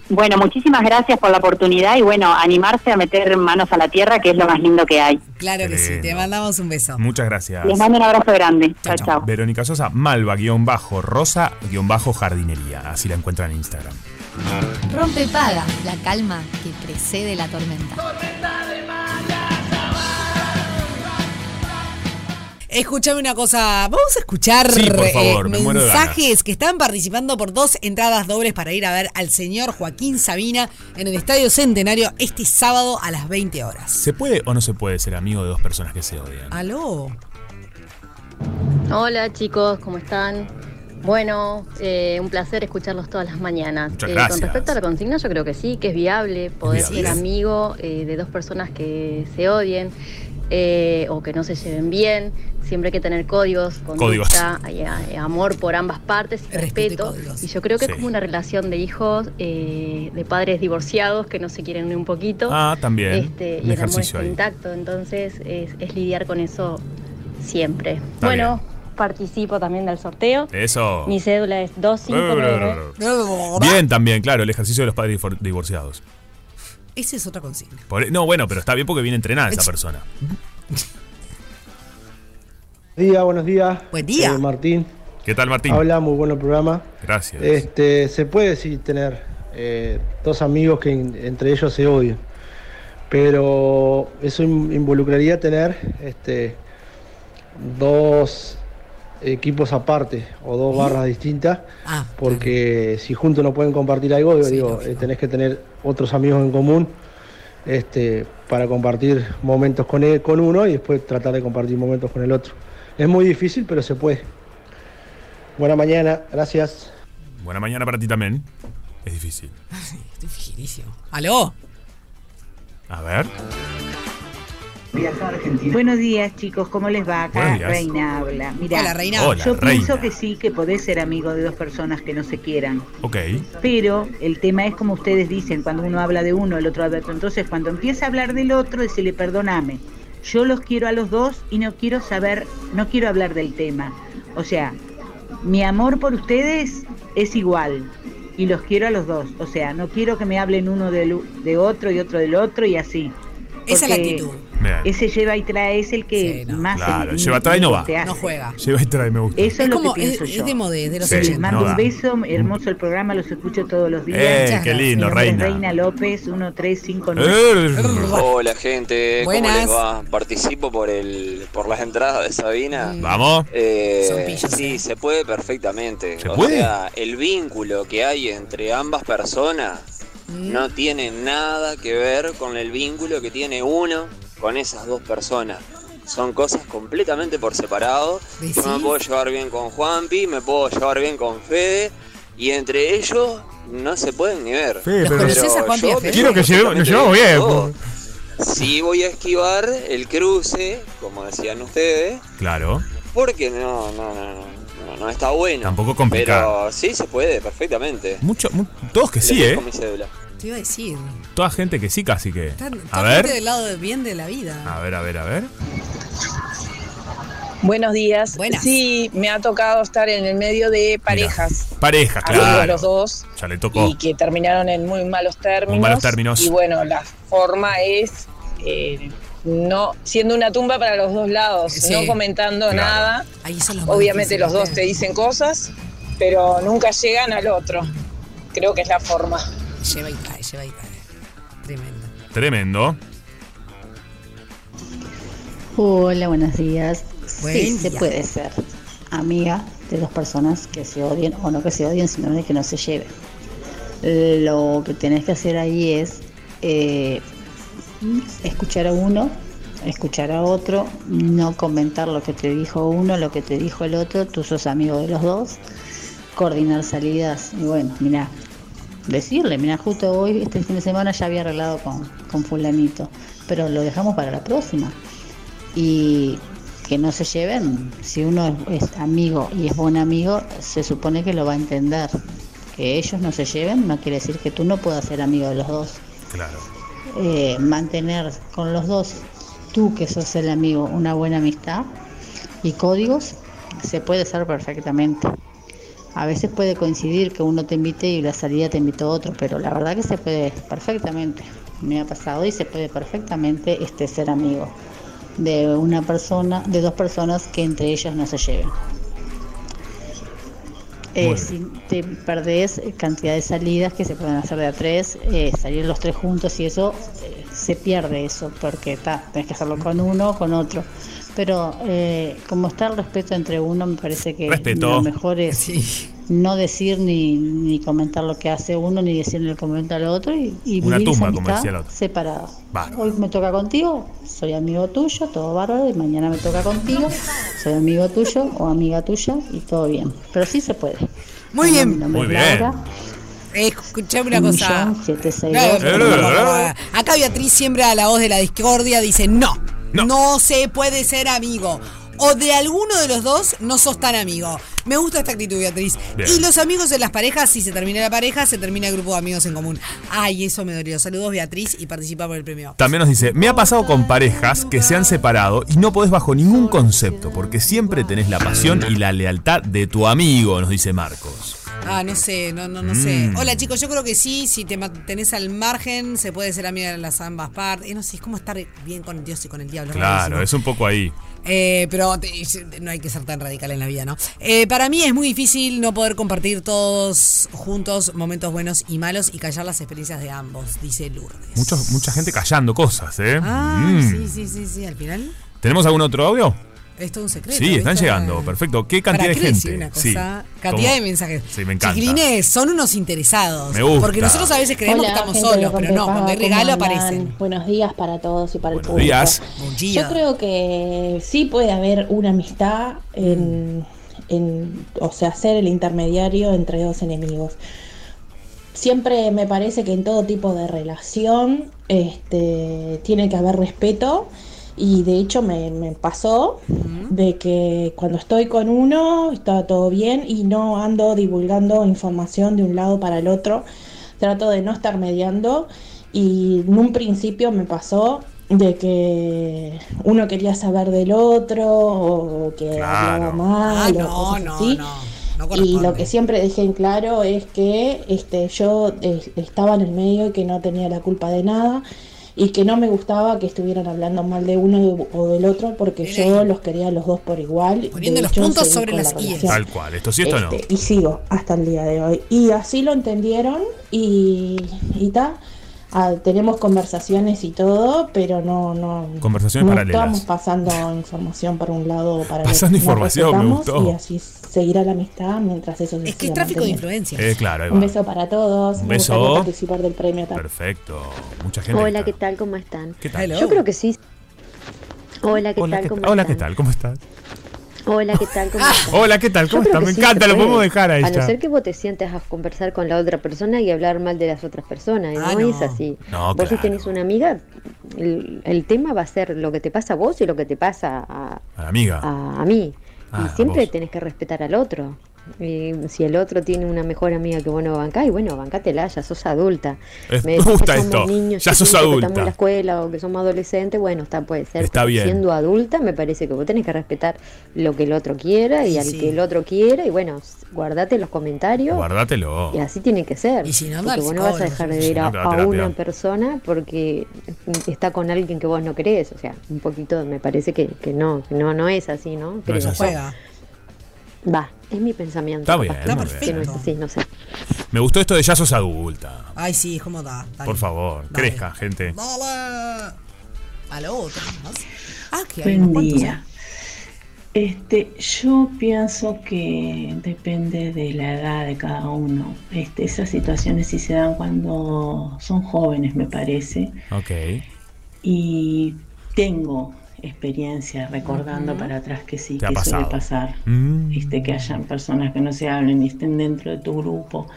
S11: Bueno, muchísimas gracias por la oportunidad y bueno, animarse a meter manos a la tierra, que es lo más lindo que hay.
S1: Claro que sí, te mandamos un beso.
S2: Muchas gracias.
S11: Les mando un abrazo grande. Chao, chao.
S2: Verónica Sosa, malva-rosa-jardinería. Así la encuentran en Instagram.
S6: Rompe paga, la calma que precede la tormenta.
S1: Escuchame una cosa, vamos a escuchar
S2: Sí, por favor,
S1: eh,
S2: me muero de
S1: mensajes que están participando por dos entradas dobles para ir a ver al señor Joaquín Sabina en el Estadio Centenario este sábado a las 20 horas.
S2: ¿Se puede o no se puede ser amigo de dos personas que se odian?
S1: ¿Aló?
S10: Hola chicos, ¿cómo están? Bueno, eh, un placer escucharlos todas las mañanas.
S2: Muchas
S10: Eh,
S2: gracias.
S10: con respecto a la consigna, yo creo que sí, que es viable poder
S2: viable.
S10: ser amigo eh, de dos personas que se odien eh, o que no se lleven bien. Siempre hay que tener códigos, conducta,
S12: Códigos.
S10: hay, eh, amor por ambas partes, y respeto. Y yo creo que es como una relación de hijos, eh, de padres divorciados que no se quieren ni un poquito.
S2: Ah, también. Un
S10: Este, y el amor
S2: ejercicio
S10: está
S2: ahí.
S10: intacto, entonces es, es lidiar con eso siempre.
S2: Está Oh.
S10: bueno, participo también del sorteo.
S2: Eso.
S10: Mi cédula es 259.
S2: Bien también, claro, el ejercicio de los padres difor- divorciados.
S1: Esa es otra consigna.
S2: Por- e, no, bueno, pero está bien porque viene entrenada esa persona.
S14: Buenos días, buenos días. Eh,
S1: Buen día.
S14: Martín.
S2: ¿Qué tal, Martín?
S14: Habla, muy bueno el programa.
S2: Gracias.
S14: Este, se puede sí tener eh, dos amigos que in- entre ellos se odian, pero eso in- involucraría tener este, dos equipos aparte o dos barras distintas, porque si juntos no pueden compartir algo, digo, digo, eh, tenés que tener otros amigos en común. Este, para compartir momentos con, él, con uno y después tratar de compartir momentos con el otro. Es muy difícil, pero se puede. Buena mañana, gracias.
S2: Buena mañana para ti también. Es difícil.
S1: ¿Aló?
S2: A ver.
S15: Buenos días, chicos. ¿Cómo les va? Acá
S2: Buenos días.
S15: Reina habla. Mira,
S2: Hola, Reina. Hola,
S15: yo pienso
S2: Reina.
S15: que sí, que podés ser amigo de dos personas que no se quieran.
S2: Ok.
S15: Pero el tema es como ustedes dicen, cuando uno habla de uno, el otro habla de otro. Entonces, cuando empieza a hablar del otro, decirle, perdóname, yo los quiero a los dos y no quiero saber, no quiero hablar del tema. O sea, mi amor por ustedes es igual y los quiero a los dos. O sea, no quiero que me hablen uno del u- de otro y otro del otro y así.
S1: Esa es la
S15: Porque
S1: actitud.
S2: Bien.
S15: Ese lleva y trae es el que más
S2: Claro, lleva atrás y no va.
S15: te hace.
S1: No juega.
S2: Lleva y trae, me gusta.
S15: Eso es, lo
S1: como-
S15: que pienso
S1: es-
S15: yo.
S1: es de modé, de los
S2: Sí,
S1: 80.
S15: Mando
S2: no da.
S15: un beso, hermoso el programa, los escucho todos los días.
S2: Eh,
S15: Muchas
S2: qué
S15: gracias.
S2: lindo,
S15: Mi nombre es
S2: Reina. Eh,
S15: Reina López, 1359.
S16: Hola gente, ¿cómo
S15: Buenas.
S16: les va? Participo por el por las entradas de Sabina.
S2: Vamos.
S16: Eh,
S2: Son pillos,
S16: sí, se puede perfectamente.
S2: ¿Se
S16: o
S2: puede?
S16: sea, el vínculo que hay entre ambas personas no tiene nada que ver con el vínculo que tiene uno con esas dos personas. Son cosas completamente por separado. Yo me puedo llevar bien con Juanpi, me puedo llevar bien con Fede. Y entre ellos no se pueden ni ver.
S2: Fe, pero-
S16: yo
S2: Quiero que lleve-
S16: eh,
S2: nos llevamos bien.
S16: digo, sí voy a esquivar el cruce, como decían ustedes,
S2: Claro.
S16: porque no, no, no, no, no, no está bueno.
S2: Tampoco complicado.
S16: Pero sí se puede perfectamente.
S2: Mucho, mu- todos que
S16: Le
S2: sí,
S16: dejo
S2: ¿eh?
S16: mi cédula.
S1: Te iba a decir.
S2: Toda gente que sí, casi que.
S1: Está, está
S2: A ver.
S1: gente del lado de- bien de la vida.
S2: A ver, a ver, a ver.
S12: Buenos días. Sí, me ha tocado estar en el medio de parejas.
S2: Pareja,
S12: amigos
S2: claro.
S12: los dos.
S2: Ya le tocó.
S12: Y que terminaron en muy malos términos.
S2: Muy malos términos.
S12: Y bueno, la forma es eh, no siendo una tumba para los dos lados,
S1: Sí.
S12: no comentando
S1: Claro.
S12: nada.
S1: los más
S12: Obviamente
S1: difíciles,
S12: los dos te dicen cosas, pero nunca llegan al otro. Creo que es la forma.
S1: Lleva y trae, lleva y trae. Tremendo.
S2: Tremendo.
S17: Hola, buenos días.
S1: Buen
S17: sí, se
S1: día.
S17: puede ser amiga de dos personas que se odien o no que se odien, sino de que no se lleven. Lo que tenés que hacer ahí es eh, escuchar a uno, escuchar a otro, no comentar lo que te dijo uno, lo que te dijo el otro, tú sos amigo de los dos, coordinar salidas y bueno, mirá, decirle, mira, justo hoy, este fin de semana ya había arreglado con, con fulanito, pero lo dejamos para la próxima. Y que no se lleven, si uno es, es amigo y es buen amigo, se supone que lo va a entender. Que ellos no se lleven no quiere decir que tú no puedas ser amigo de los dos.
S2: Claro.
S17: Eh, mantener con los dos, tú que sos el amigo, una buena amistad y códigos, se puede hacer perfectamente. A veces puede coincidir que uno te invite y la salida te invitó otro, pero la verdad que se puede perfectamente. Me ha pasado y se puede perfectamente este ser amigo de una persona, de dos personas que entre ellas no se lleven. Eh,
S18: Muy bien.
S17: si te perdés eh, cantidad de salidas que se pueden hacer de a tres, eh, salir los tres juntos y eso, eh, se pierde eso, porque ta, tenés que hacerlo con uno o con otro. Pero eh, como está el respeto entre uno, me parece que
S2: Respeto.
S17: lo mejor es no decir ni, ni comentar lo que hace uno, ni decir el comentario al otro y, y
S2: Una
S17: vivir esa
S2: tumba, como
S17: amistad
S2: decía la otra.
S17: separada.
S2: Bárbaro.
S17: Hoy me toca contigo, soy amigo tuyo, todo bárbaro, y mañana me toca contigo, soy amigo tuyo o amiga tuya y todo bien. Pero sí se puede.
S1: Muy bien.
S17: Muy
S1: Escuchame una cosa. No,
S17: Eh,
S1: no, no, no, no.
S17: Hola,
S1: Acá Beatriz siembra la voz de la discordia, dice no, no, se puede ser amigo. O de alguno de los dos no sos tan amigo. Me gusta esta actitud, Beatriz.
S13: Bien.
S1: Y los amigos en las parejas, si se termina la pareja, se termina el grupo de amigos en común. Ay, eso me dolió. Saludos, Beatriz, y participa por el premio.
S2: También nos dice, me ha pasado con parejas que se han separado y no podés bajo ningún concepto, porque siempre tenés la pasión y la lealtad de tu amigo, nos dice Marcos.
S1: Ah, no sé, no, no, no sé.
S2: Mm.
S1: Hola, chicos, yo creo que sí, si te mantenés al margen, se puede ser amiga de las ambas partes. Eh, no sé, es como estar bien con Dios y con el diablo.
S2: Claro,
S1: rarísimo.
S2: es un poco ahí.
S1: Eh, pero te- no hay que ser tan radical en la vida, ¿no? Eh, para mí es muy difícil no poder compartir todos juntos momentos buenos y malos y callar las experiencias de ambos, dice Lourdes.
S2: Mucho- mucha gente callando cosas, ¿eh?
S1: Ah,
S2: Mm.
S1: sí, sí, sí, sí, al final
S2: ¿Tenemos algún otro audio?
S1: es todo un secreto.
S2: Sí, están
S1: ¿viste?
S2: llegando, perfecto. ¿Qué cantidad
S1: Pará,
S2: de
S1: quiero
S2: gente?
S1: decir una cosa.
S2: Sí.
S1: Cantidad
S2: ¿Cómo?
S1: de mensajes.
S2: Sí, me encanta.
S1: Chiquilines, son unos interesados.
S2: Me gusta.
S1: Porque nosotros a veces creemos que estamos
S18: gente de
S1: solos, pero no,
S18: Rompepaga,
S1: cuando hay
S18: ¿cómo
S1: regalo
S18: andan?
S1: aparecen.
S18: Buenos días para todos y para el público.
S2: días.
S1: Buen
S18: Yo creo que sí puede haber una amistad en, en- o sea, ser el intermediario entre dos enemigos. Siempre me parece que en todo tipo de relación este, tiene que haber respeto y de hecho me, me pasó de que cuando estoy con uno está todo bien y no ando divulgando información de un lado para el otro. Trato de no estar mediando y en un principio me pasó de que uno quería saber del otro o que hablaba mal
S1: Ah,
S18: o
S1: no,
S18: cosas
S1: no,
S18: así. y lo que siempre dejé en claro es que este, yo eh, estaba en el medio y que no tenía la culpa de nada y que no me gustaba que estuvieran hablando mal de uno o del otro porque yo los quería a los dos por igual.
S1: Poniendo
S18: De
S1: los
S18: hecho,
S1: puntos
S18: seguí
S1: sobre
S18: con la
S1: las íes.
S18: relación.
S2: Tal cual, esto sí, esto no.
S18: Este, Y sigo hasta el día de hoy. Y así lo entendieron y, y ta. Ah, tenemos conversaciones y todo, pero no, no.
S2: Conversaciones
S18: no
S2: paralelas.
S18: Estamos pasando información para un lado o para el
S2: Pasando
S18: otro. Nos
S2: información, me
S18: respetamos Y
S2: gustó.
S18: así seguirá la amistad mientras eso se Es que es tráfico de
S1: influencias.
S2: Eh, claro, ahí va.
S18: Un beso para todos.
S2: Un
S18: Me
S2: beso.
S18: gustaría participar del premio también.
S2: Perfecto. Mucha gente.
S19: Hola, ¿qué tal? ¿Cómo están?
S2: ¿Qué tal?
S19: Yo creo que sí. Hola, ¿qué
S2: Hola,
S19: tal?
S2: ¿qué
S19: ¿Cómo
S2: tal? Hola,
S19: están?
S2: ¿qué tal? ¿Cómo estás?
S13: Hola, ¿qué tal? ¿Cómo estás?
S2: Hola, ¿qué tal?
S13: Yo
S2: ¿Cómo
S13: creo
S2: está?
S13: que
S2: Me
S13: sí
S2: encanta,
S13: se
S2: lo
S13: puede.
S2: podemos dejar ahí
S13: A no
S2: ya.
S13: ser que vos te sientas a conversar con la otra persona y hablar mal de las otras personas, y no, es así.
S2: Ah, No,
S13: vos si
S2: claro.
S13: tenés una amiga, el, el tema va a ser lo que te pasa a vos y lo que te pasa a,
S2: A la amiga.
S13: a, a mí.
S2: Ah,
S13: y siempre
S2: vos.
S13: tenés que respetar al otro. Y si el otro tiene una mejor amiga que vos no bancás, y bueno, bancátela, ya sos adulta.
S2: Es-
S13: decís
S2: Eh, me gusta
S13: que somos
S2: esto,
S13: niños
S2: ya sos
S13: chiquitos, Que estamos
S2: adulta.
S13: en la escuela o que somos adolescentes, bueno, está puede ser.
S2: Está
S13: pero
S2: bien.
S13: Siendo adulta, me parece que vos tenés que respetar lo que el otro quiera y
S2: Sí,
S13: al
S2: sí.
S13: que el otro quiera, y bueno, s- guardate los comentarios.
S2: Guardátelo.
S13: Y así tiene que ser.
S1: no,
S13: porque
S1: al
S13: vos no vas a
S1: psicólogo.
S13: dejar de
S2: Si
S13: ver
S2: no,
S13: a,
S2: te va a
S13: a
S2: terapia.
S13: una persona porque está con alguien que vos no crees. O sea, un poquito me parece que, que no, que no, no es así, ¿no? Creo
S2: es
S13: yo.
S2: así. Juega.
S13: Va, es mi pensamiento.
S2: Está bien,
S13: capaz
S2: está
S13: que no,
S2: perfecto.
S13: que no es así, no sé.
S2: Me gustó esto de ya sos adulta.
S1: Ay, sí, es como da.
S2: Por favor, crezca, gente.
S1: Dale. A lo otro. ¿no? Ah, que hay
S20: Buen
S1: unos cuantos,
S20: día. Este, yo pienso que depende de la edad de cada uno. Este, esas situaciones sí se dan cuando son jóvenes, me parece.
S2: Ok.
S20: Y tengo experiencia recordando para atrás que sí,
S2: Te ha
S20: que suele
S2: pasado.
S20: pasar.
S2: Mm,
S20: Este, que hayan personas que no se hablen y estén dentro de tu grupo.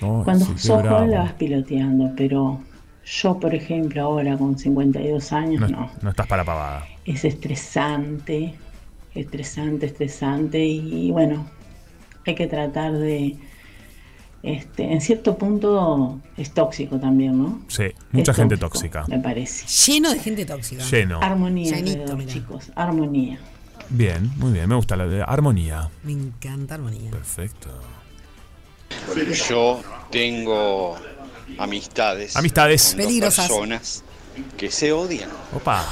S2: Ay,
S20: Cuando
S2: sí, qué
S20: sos
S2: bravo.
S20: joven la vas piloteando, pero yo, por ejemplo, ahora con 52 años,
S2: No,
S20: no.
S2: no estás para pavada.
S20: Es estresante, estresante, estresante y bueno, hay que tratar de... Este, en cierto punto es tóxico también, ¿no?
S2: Sí, mucha
S20: Es
S2: gente
S20: tóxico,
S2: tóxica.
S20: Me parece.
S1: Lleno de gente tóxica.
S2: Lleno.
S20: Armonía,
S1: Llenito,
S20: alrededor,
S1: mirá.
S20: chicos, armonía.
S2: Bien, muy bien, me gusta la la armonía.
S1: Me encanta armonía.
S2: Perfecto.
S19: Yo tengo amistades.
S2: Amistades.
S19: con dos
S2: Peligrosas.
S19: personas que se odian.
S2: Opa.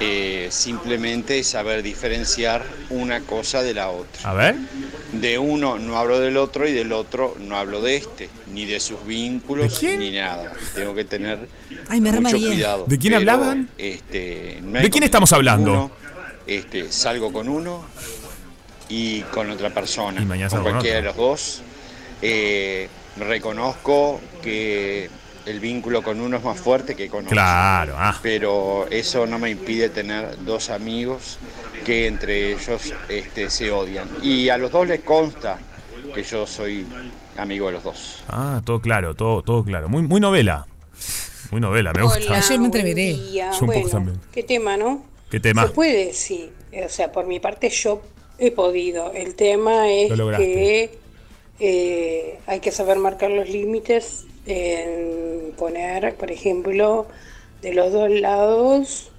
S19: Eh, simplemente saber diferenciar una cosa de la otra.
S2: A ver.
S19: De uno no hablo del otro y del otro no hablo de este, ni de sus vínculos ni nada. Tengo que tener
S1: Ay, me
S19: mucho
S1: remaría.
S19: cuidado.
S2: ¿De quién
S19: Pero,
S2: hablaban?
S19: Este, no hay
S2: ¿De quién
S19: conflicto
S2: estamos hablando?
S19: este, salgo con uno y con otra persona, con
S2: salgo con
S19: cualquiera de los dos. Eh, reconozco que el vínculo con uno es más fuerte que con otro.
S2: Claro, ah.
S19: Pero eso no me impide tener dos amigos que entre ellos este, se odian. Y a los dos les consta que yo soy amigo de los dos.
S2: Ah, todo claro, todo, todo claro. Muy, muy novela. Muy novela, me gusta.
S18: Hola,
S1: Ayer me entreveré.
S18: buen día.
S2: Yo un
S18: Bueno,
S2: poco también.
S18: ¿Qué tema, no?
S2: ¿Qué tema?
S18: Se puede, sí. O sea, por mi parte yo he podido. El tema es
S2: Lo lograste.
S18: que eh, hay que saber marcar los límites, en poner, por ejemplo, de los dos lados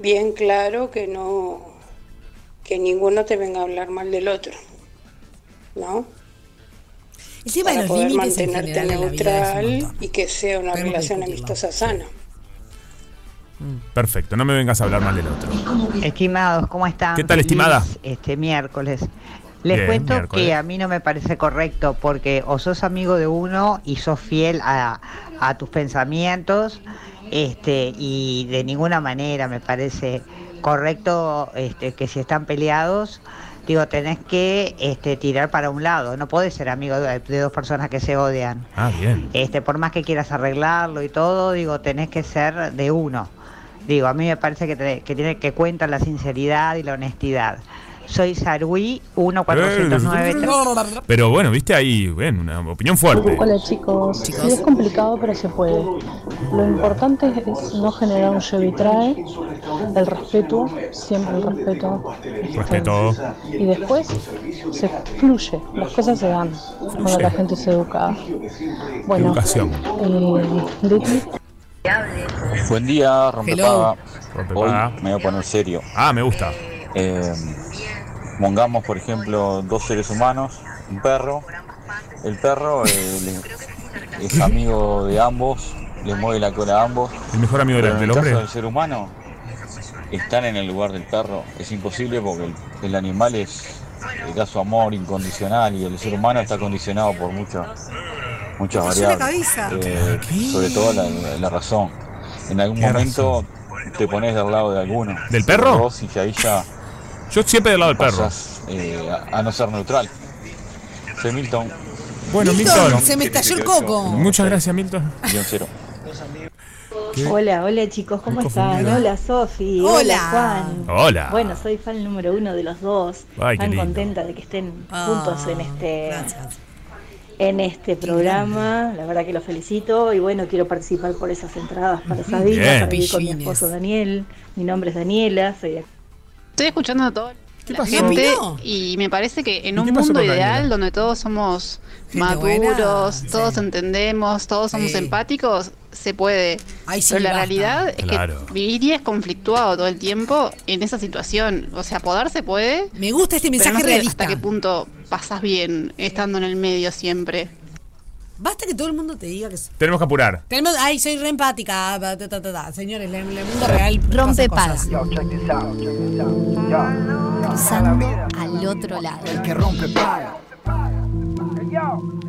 S18: bien claro que no que ninguno te venga a hablar mal del otro, ¿no?
S1: El tema
S18: Para
S1: de los
S18: poder
S1: límites en
S18: mantenerte
S1: general en la vida es un
S18: neutral y que sea una relación amistosa sana.
S2: Perfecto, no me vengas a hablar mal del otro.
S21: Estimados, ¿cómo están?
S2: ¿Qué tal,
S21: Feliz,
S2: estimada?
S21: Este miércoles. Les
S2: Bien,
S21: cuento
S2: miércoles.
S21: que a mí no me parece correcto porque o sos amigo de uno y sos fiel a, a tus pensamientos este, y de ninguna manera me parece correcto este, que si están peleados, digo, tenés que este, tirar para un lado, no podés ser amigo de- de dos personas que se odian.
S2: Ah, bien.
S21: Este, por más que quieras arreglarlo y todo, digo, tenés que ser de uno. Digo, a mí me parece que, te- que tiene que cuenta la sinceridad y la honestidad. Soy Sarui 1409.
S2: Pero bueno, viste ahí, ven, una opinión fuerte.
S7: Hola chicos, Sí, es complicado pero se puede. Lo importante es no generar un lleve y trae, el respeto, siempre el respeto.
S2: Respeto.
S7: Y después se fluye, las cosas se dan cuando la gente es educada. Bueno,
S2: Educación.
S7: eh, Leti,
S22: Buen día, rompepaga.
S2: Rompepaga.
S22: Hoy me voy a poner serio. Eh,
S2: Ah, me gusta.
S22: pongamos, por ejemplo, dos seres humanos, un perro. El perro eh, le- es amigo de ambos, les mueve la cola a ambos.
S2: El mejor amigo del-
S22: Pero en el
S2: del hombre.
S22: caso del ser humano, estar en el lugar del perro es imposible porque el, el animal es, le da su amor incondicional y el ser humano está condicionado por muchas muchas
S1: Te cayó la
S22: variables.
S1: cabeza.
S22: Eh, sobre todo la, la razón. En algún momento te pones del lado de alguno.
S2: ¿Del perro?
S22: De Vos y ya ahí ya
S2: Yo siempre del lado del perro.
S22: pasás, eh, a, a no ser neutral. Soy Milton.
S2: Bueno, Milton, Milton,
S1: se me estalló el coco.
S2: Muchas gracias, Milton.
S22: Guión cero.
S23: Hola, hola chicos, ¿cómo
S2: Muy
S23: están?
S2: confundida.
S23: Hola Sofi,
S1: Hola.
S23: hola. Juan.
S2: Hola.
S23: Bueno, soy fan número uno de los dos.
S2: Ay, qué
S23: Tan
S2: lindo.
S23: contenta de que estén
S1: Ah,
S23: juntos en este en este programa. La verdad que los felicito y bueno, quiero participar por esas entradas para
S3: Ujú.
S23: Sabina,
S3: Bien.
S23: para ir con mi
S3: Pillines.
S23: esposo Daniel. Mi nombre es Daniela, soy de
S3: Estoy escuchando a todo la
S23: pasó?
S3: gente
S23: ¿Qué opinó?
S3: y me parece que en
S23: ¿Y
S3: un
S23: qué pasó
S3: mundo
S23: con Daniela?
S3: ideal donde todos somos
S23: Gente buena,
S3: maduros, todos entendemos, todos somos empáticos, se puede.
S1: sí,
S3: Pero la
S1: basta.
S3: realidad es
S1: Claro.
S3: que vivirías conflictuado todo el tiempo en esa situación. O sea, poder se puede.
S1: Me gusta este
S3: pero
S1: mensaje
S3: no sé
S1: realista.
S3: ¿Hasta qué punto pasas bien estando en el medio siempre?
S1: Basta que todo el mundo te diga que es-
S2: Tenemos que apurar.
S1: Tenemos, ay, soy re empática. ah, ta, ta, ta, ta. Señores, en el mundo real
S6: Rompe
S1: pasan
S6: paga.
S1: cosas.
S6: Cruzando al otro lado.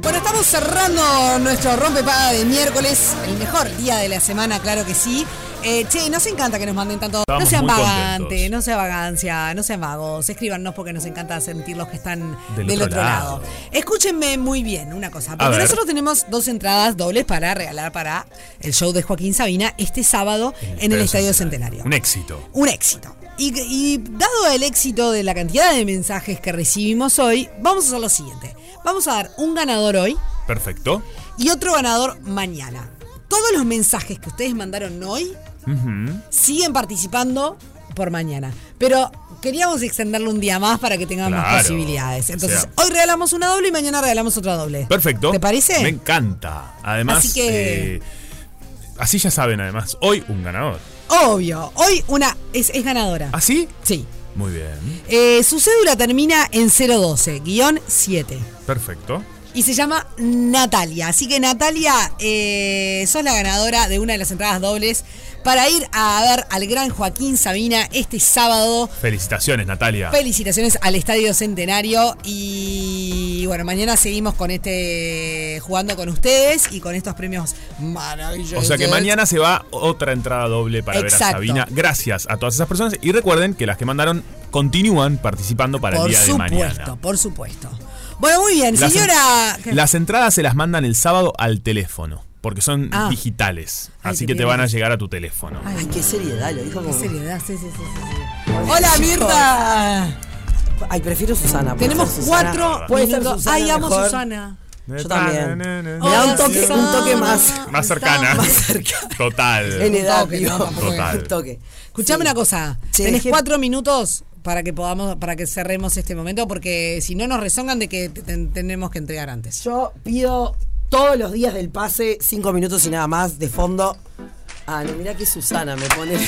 S1: Bueno, estamos cerrando nuestro rompepaga de miércoles, el mejor día de la semana, claro que sí. Eh, che, nos encanta que nos manden tanto.
S4: Estábamos
S1: no sean
S4: muy
S1: vagantes, no sea vagancia, no sean vagos. Escríbanos porque nos encanta sentir los que están del, otro, lado. Escúchenme muy bien una cosa, porque
S4: ver.
S1: nosotros tenemos dos entradas dobles para regalar para el show de Joaquín Sabina este sábado en el Estadio Centenario.
S2: Un éxito.
S1: Un éxito. Y, y dado el éxito de la cantidad de mensajes que recibimos hoy, vamos a hacer lo siguiente. Vamos a dar un ganador hoy
S2: Perfecto.
S1: y otro ganador mañana. Todos los mensajes que ustedes mandaron hoy
S2: Ujú.
S1: siguen participando por mañana. Pero queríamos extenderlo un día más para que tengan
S2: Claro.
S1: más posibilidades. Entonces,
S2: O sea-
S1: hoy regalamos una doble y mañana regalamos otra doble.
S2: Perfecto.
S1: ¿Te parece?
S2: Me encanta. Además,
S1: Así que-
S2: eh, así ya saben, además, hoy un ganador.
S1: Obvio. Hoy una es, es ganadora.
S2: ¿Ah, sí?
S1: Sí.
S2: Muy bien.
S1: Eh, su cédula termina en 012, guión 7.
S2: Perfecto.
S1: Y se llama Natalia. Así que Natalia, eh, sos la ganadora de una de las entradas dobles para ir a ver al gran Joaquín Sabina este sábado.
S2: Felicitaciones, Natalia.
S1: Felicitaciones al Estadio Centenario y bueno, mañana seguimos con este jugando con ustedes y con estos premios maravillosos.
S2: o sea que mañana se va otra entrada doble para ver a
S1: Exacto.
S2: Sabina. Gracias a todas esas personas. Y recuerden que las que mandaron continúan participando para
S1: por
S2: el día
S1: supuesto,
S2: de mañana.
S1: por supuesto. Bueno, muy bien,
S2: Las-
S1: señora. ¿Qué?
S2: Las entradas se las mandan el sábado al teléfono, porque son
S1: Ah.
S2: digitales.
S1: Ay,
S2: así
S1: te
S2: que te
S1: pierdes.
S2: van a llegar a tu teléfono.
S1: Ay,
S4: qué seriedad, lo dijo
S1: Qué
S4: como.
S1: seriedad, Ah, sí, sí, sí, sí. Hola, Mirta.
S4: Ay, prefiero Susana. ¿puede
S1: Tenemos
S4: ser Susana?
S1: cuatro
S4: Puede ser
S1: minutos.
S4: Susana.
S1: Ay, amo
S4: mejor?
S1: Susana.
S4: Yo también. Me da
S1: Hola,
S4: un toque, un toque más.
S2: Más cercana. Total.
S4: En edad,
S1: toque,
S4: digo.
S1: no, tampoco
S2: Total.
S4: Un toque.
S1: Escuchame una cosa.
S4: Che,
S1: Tenés
S4: dejé-
S1: cuatro minutos para que podamos, para que cerremos este momento, porque si no nos rezongan de que te- te- tenemos que entregar antes.
S4: Yo pido todos los días del pase, cinco minutos y nada más, de fondo. Ah, no, mirá que Susana me pone.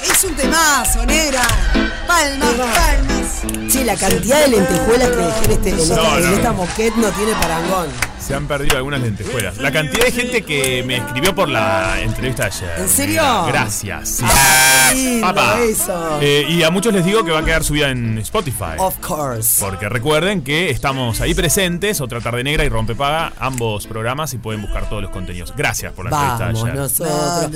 S1: Es un temazo, negra. Palmas, palmas.
S4: Che, la cantidad de lentejuelas que dejé en, este, en esta-
S2: No,
S4: en
S2: no.
S4: esta moquette no tiene parangón.
S2: Se han perdido algunas lentejuelas. La cantidad de gente que me escribió por la entrevista de ayer.
S4: ¿En serio? Ah,
S2: Gracias. sí.
S4: Qué lindo
S2: Papá.
S4: eso.
S2: Eh, y a muchos les digo que va a quedar subida en Spotify.
S4: Of course.
S2: Porque recuerden que estamos ahí presentes, Otra Tarde Negra y Rompepaga, ambos programas y pueden buscar todos los contenidos. Gracias por la
S4: Vamos
S2: entrevista de ayer.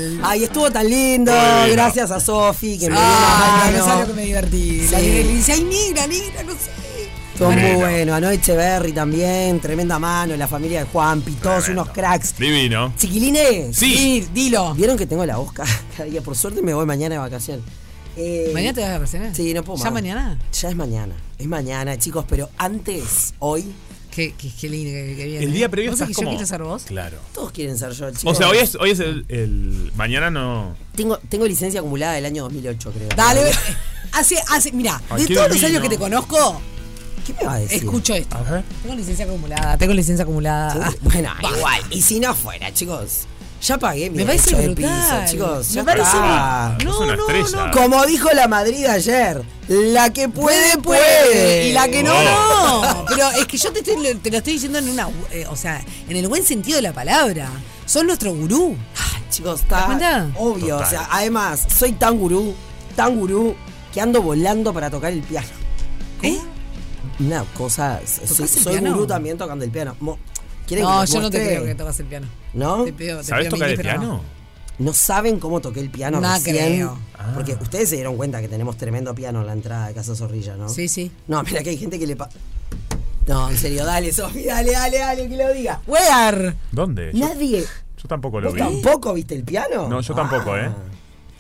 S4: nosotros. Ay, estuvo tan lindo.
S2: Bueno.
S4: Gracias a Sofi que me dio
S1: Ay,
S4: una
S1: Ah, no
S4: mano.
S1: sabes lo que me divertí. La
S4: Sí.
S1: negra le dice, ay, negra, negra, no sé.
S4: Estuvo muy
S2: Bueno.
S4: bueno. Anoche Berry también, tremenda mano. La familia de Juanpi, todos unos cracks.
S2: Divino.
S4: Chiquilines,
S2: Sí.
S1: dilo.
S4: Vieron que tengo la voz cada día. Por suerte me voy mañana de vacación. Eh,
S1: ¿Mañana te vas a vacaciones?
S4: Sí, no puedo
S1: ¿Ya
S4: más.
S1: mañana?
S4: Ya es mañana. Es mañana, chicos, pero antes, hoy.
S1: Qué, qué, qué lindo que, que viene. ¿eh?
S2: El día previo
S1: ¿Vos
S2: estás
S1: sabés que
S2: como...
S1: yo quiero ser vos?
S2: Claro.
S4: Todos quieren ser yo, chicos.
S2: O sea, hoy es, hoy es el, el- Mañana no...
S4: Tengo, tengo licencia acumulada del año 2008, creo.
S1: Dale, hace, hace, mira,
S4: Ah,
S1: de
S4: qué
S1: todos los
S4: divino.
S1: años que te conozco,
S4: ¿Qué me va a decir?
S1: escucho esto.
S2: ver.
S1: Tengo licencia acumulada, tengo licencia acumulada.
S4: Sí, Bueno,
S1: Basta.
S4: igual. Y si no fuera, chicos. Ya pagué mi
S1: Me parece
S4: derecho de
S1: brutal.
S4: piso, chicos.
S1: Me
S4: ya
S1: parece
S4: está.
S2: Ah,
S1: bru- No, Es una no, estrella. no.
S4: Ah. Como dijo la Madrid ayer, la que puede, puede.
S1: Y la que no,
S4: Oh.
S1: no. Pero es que yo te, estoy- te lo estoy diciendo en una. eh, o sea, en el buen sentido de la palabra. Son nuestro gurú.
S4: Chicos, está obvio. O sea, además, soy tan gurú, tan gurú, que ando volando para tocar el piano. ¿Eh? Una cosa. Soy,
S1: el
S4: soy
S1: piano?
S4: gurú también tocando el piano. Mo- ¿quieren
S1: No,
S4: que les
S1: yo no te
S4: muestre?
S1: creo que tocas el piano.
S4: ¿No?
S1: Te pido- te ¿Sabés pido tocar mil, el pero piano?
S4: No saben cómo toqué el piano
S1: No
S4: recién.
S1: creo.
S2: Ah.
S4: Porque ustedes se dieron cuenta que tenemos tremendo piano en la entrada de Casa Zorrilla, ¿no?
S1: Sí, sí.
S4: No, mira que hay gente que le pa- No, en serio, dale, Sofi, dale, dale, dale, que lo diga.
S1: Wear.
S2: ¿Dónde? Eh, Yo-
S4: Nadie.
S2: Yo, tampoco lo
S4: ¿Vos
S2: vi.
S4: tampoco Ah. viste el piano?
S2: No, yo tampoco, ¿eh?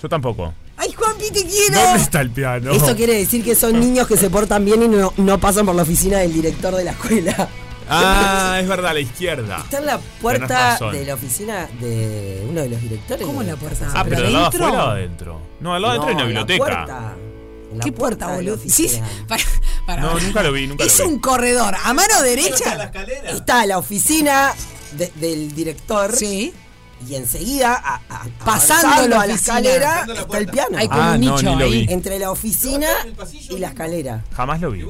S2: Yo tampoco.
S4: ¡Ay, Juanpi, te quiero!
S2: ¿Dónde está el piano?
S4: Eso quiere decir que son niños que se portan bien y no, no pasan por la oficina del director de la escuela.
S2: Ah, es verdad, la izquierda.
S4: Está en la
S2: Tenés
S4: puerta
S2: razón.
S4: de la oficina de uno de los directores. ¿Cómo en la puerta?
S2: Ah, pero del lado afuera o adentro. No, al lado adentro hay una
S4: en la
S2: biblioteca.
S4: puerta.
S1: ¿Qué puerta, boludo? Sí, sí, para- para-
S2: No, nunca lo vi, nunca lo
S1: es
S2: vi.
S1: un corredor. A mano derecha.
S4: Está la oficina de- del director. Sí. Y enseguida, a- a-
S1: Pasando
S4: avanzando
S1: la
S4: a la
S1: oficina.
S4: escalera,
S1: Pasando la
S4: está el piano.
S1: Hay como
S2: Ah, un no, nicho ni lo ahí. vi.
S4: Entre la oficina y la escalera.
S2: Jamás lo vi.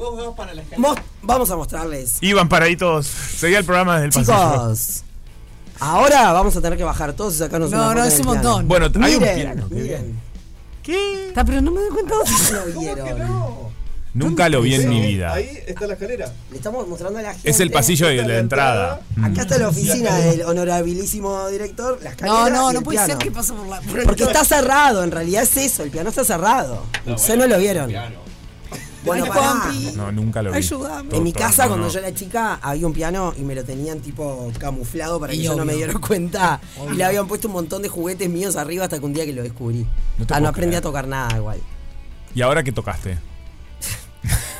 S4: Mos- vamos a mostrarles.
S2: Iban para ahí todos. Seguía el programa desde el
S4: Chicos. Ahora vamos a tener que bajar todos y sacarnos
S1: No,
S4: una
S1: no,
S4: foto
S1: es
S4: del
S1: un
S4: piano.
S1: montón.
S2: Bueno, hay un
S4: Miren,
S2: piano, qué
S4: miren.
S2: ¿Qué?
S1: Está, pero no me doy cuenta dónde
S4: lo vieron.
S2: pasillo. Nunca lo vi en mi vida.
S4: Ahí está la escalera. Le estamos mostrando a la gente.
S2: Es el pasillo de la entrada.
S4: Acá está la oficina del honorabilísimo director. La escalera
S1: No, no,
S4: y
S1: no
S4: el
S1: puede ser
S4: piano.
S1: que pase por la.
S4: Porque está cerrado, en realidad es eso, el piano está cerrado. Ustedes no lo vieron. Bueno,
S1: Ay,
S4: pará.
S1: Juanpi.
S2: No, nunca lo vi.
S1: Ayúdame.
S4: En mi casa,
S2: No,
S4: cuando
S2: no.
S4: yo era chica, había un piano y me lo tenían tipo camuflado para que
S1: Y
S4: yo no me
S1: obvio.
S4: diera cuenta.
S1: Obvio.
S4: Y le habían puesto un montón de juguetes míos arriba hasta que un día que lo descubrí.
S2: No te
S4: ah,
S2: puedo
S4: no aprendí
S2: creer.
S4: a tocar nada igual.
S2: ¿Y ahora qué tocaste?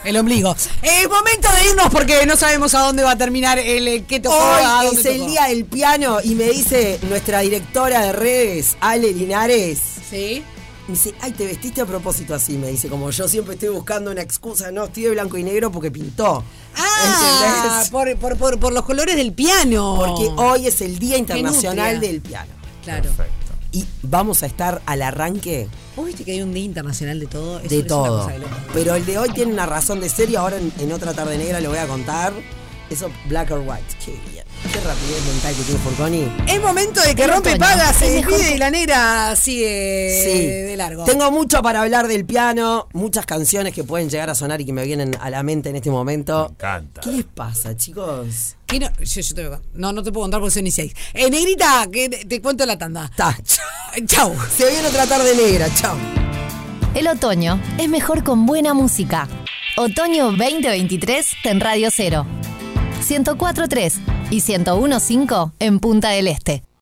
S1: El ombligo. Es momento de irnos porque no sabemos a dónde va a terminar el eh, qué tocó. a
S4: Hoy
S1: dónde
S4: es el
S1: tocó.
S4: día del piano y me dice nuestra directora de redes, Ale Linares.
S1: Sí.
S4: Me dice, ay, te vestiste a propósito así, me dice, como yo siempre estoy buscando una excusa, no, estoy de blanco y negro porque pintó.
S1: Ah,
S4: ¿Entendés?
S1: por, por, por, por los colores del piano.
S4: Porque hoy es el Día Internacional
S1: nutria.
S4: del Piano.
S1: Claro.
S4: Y vamos a estar al arranque
S1: Vos viste que hay un día internacional de todo. Eso
S4: de
S1: es una
S4: todo.
S1: cosa de loco.
S4: Pero el de hoy tiene una razón de ser y ahora en, en otra tarde negra lo voy a contar. Eso, black or white. Qué bien. Qué rapidez mental que tiene Forconi.
S1: Es momento de que
S4: Es
S1: rompe
S4: otoño.
S1: paga, se
S4: Es mejor
S1: despide y la negra sigue
S4: Sí.
S1: Eh, de largo.
S4: Tengo mucho para hablar del piano, muchas canciones que pueden llegar a sonar y que me vienen a la mente en este momento. Me
S2: encanta.
S4: ¿Qué les pasa, chicos?
S1: ¿Qué no? Yo, yo te voy a- no, no te puedo contar porque soy ni seis. Eh, negrita, que te, te cuento la tanda. Chau.
S4: Se viene otra tarde negra, chau.
S6: El otoño es mejor con buena música. Otoño 2023 en Radio 0. 104.3 y 101.5 en Punta del Este.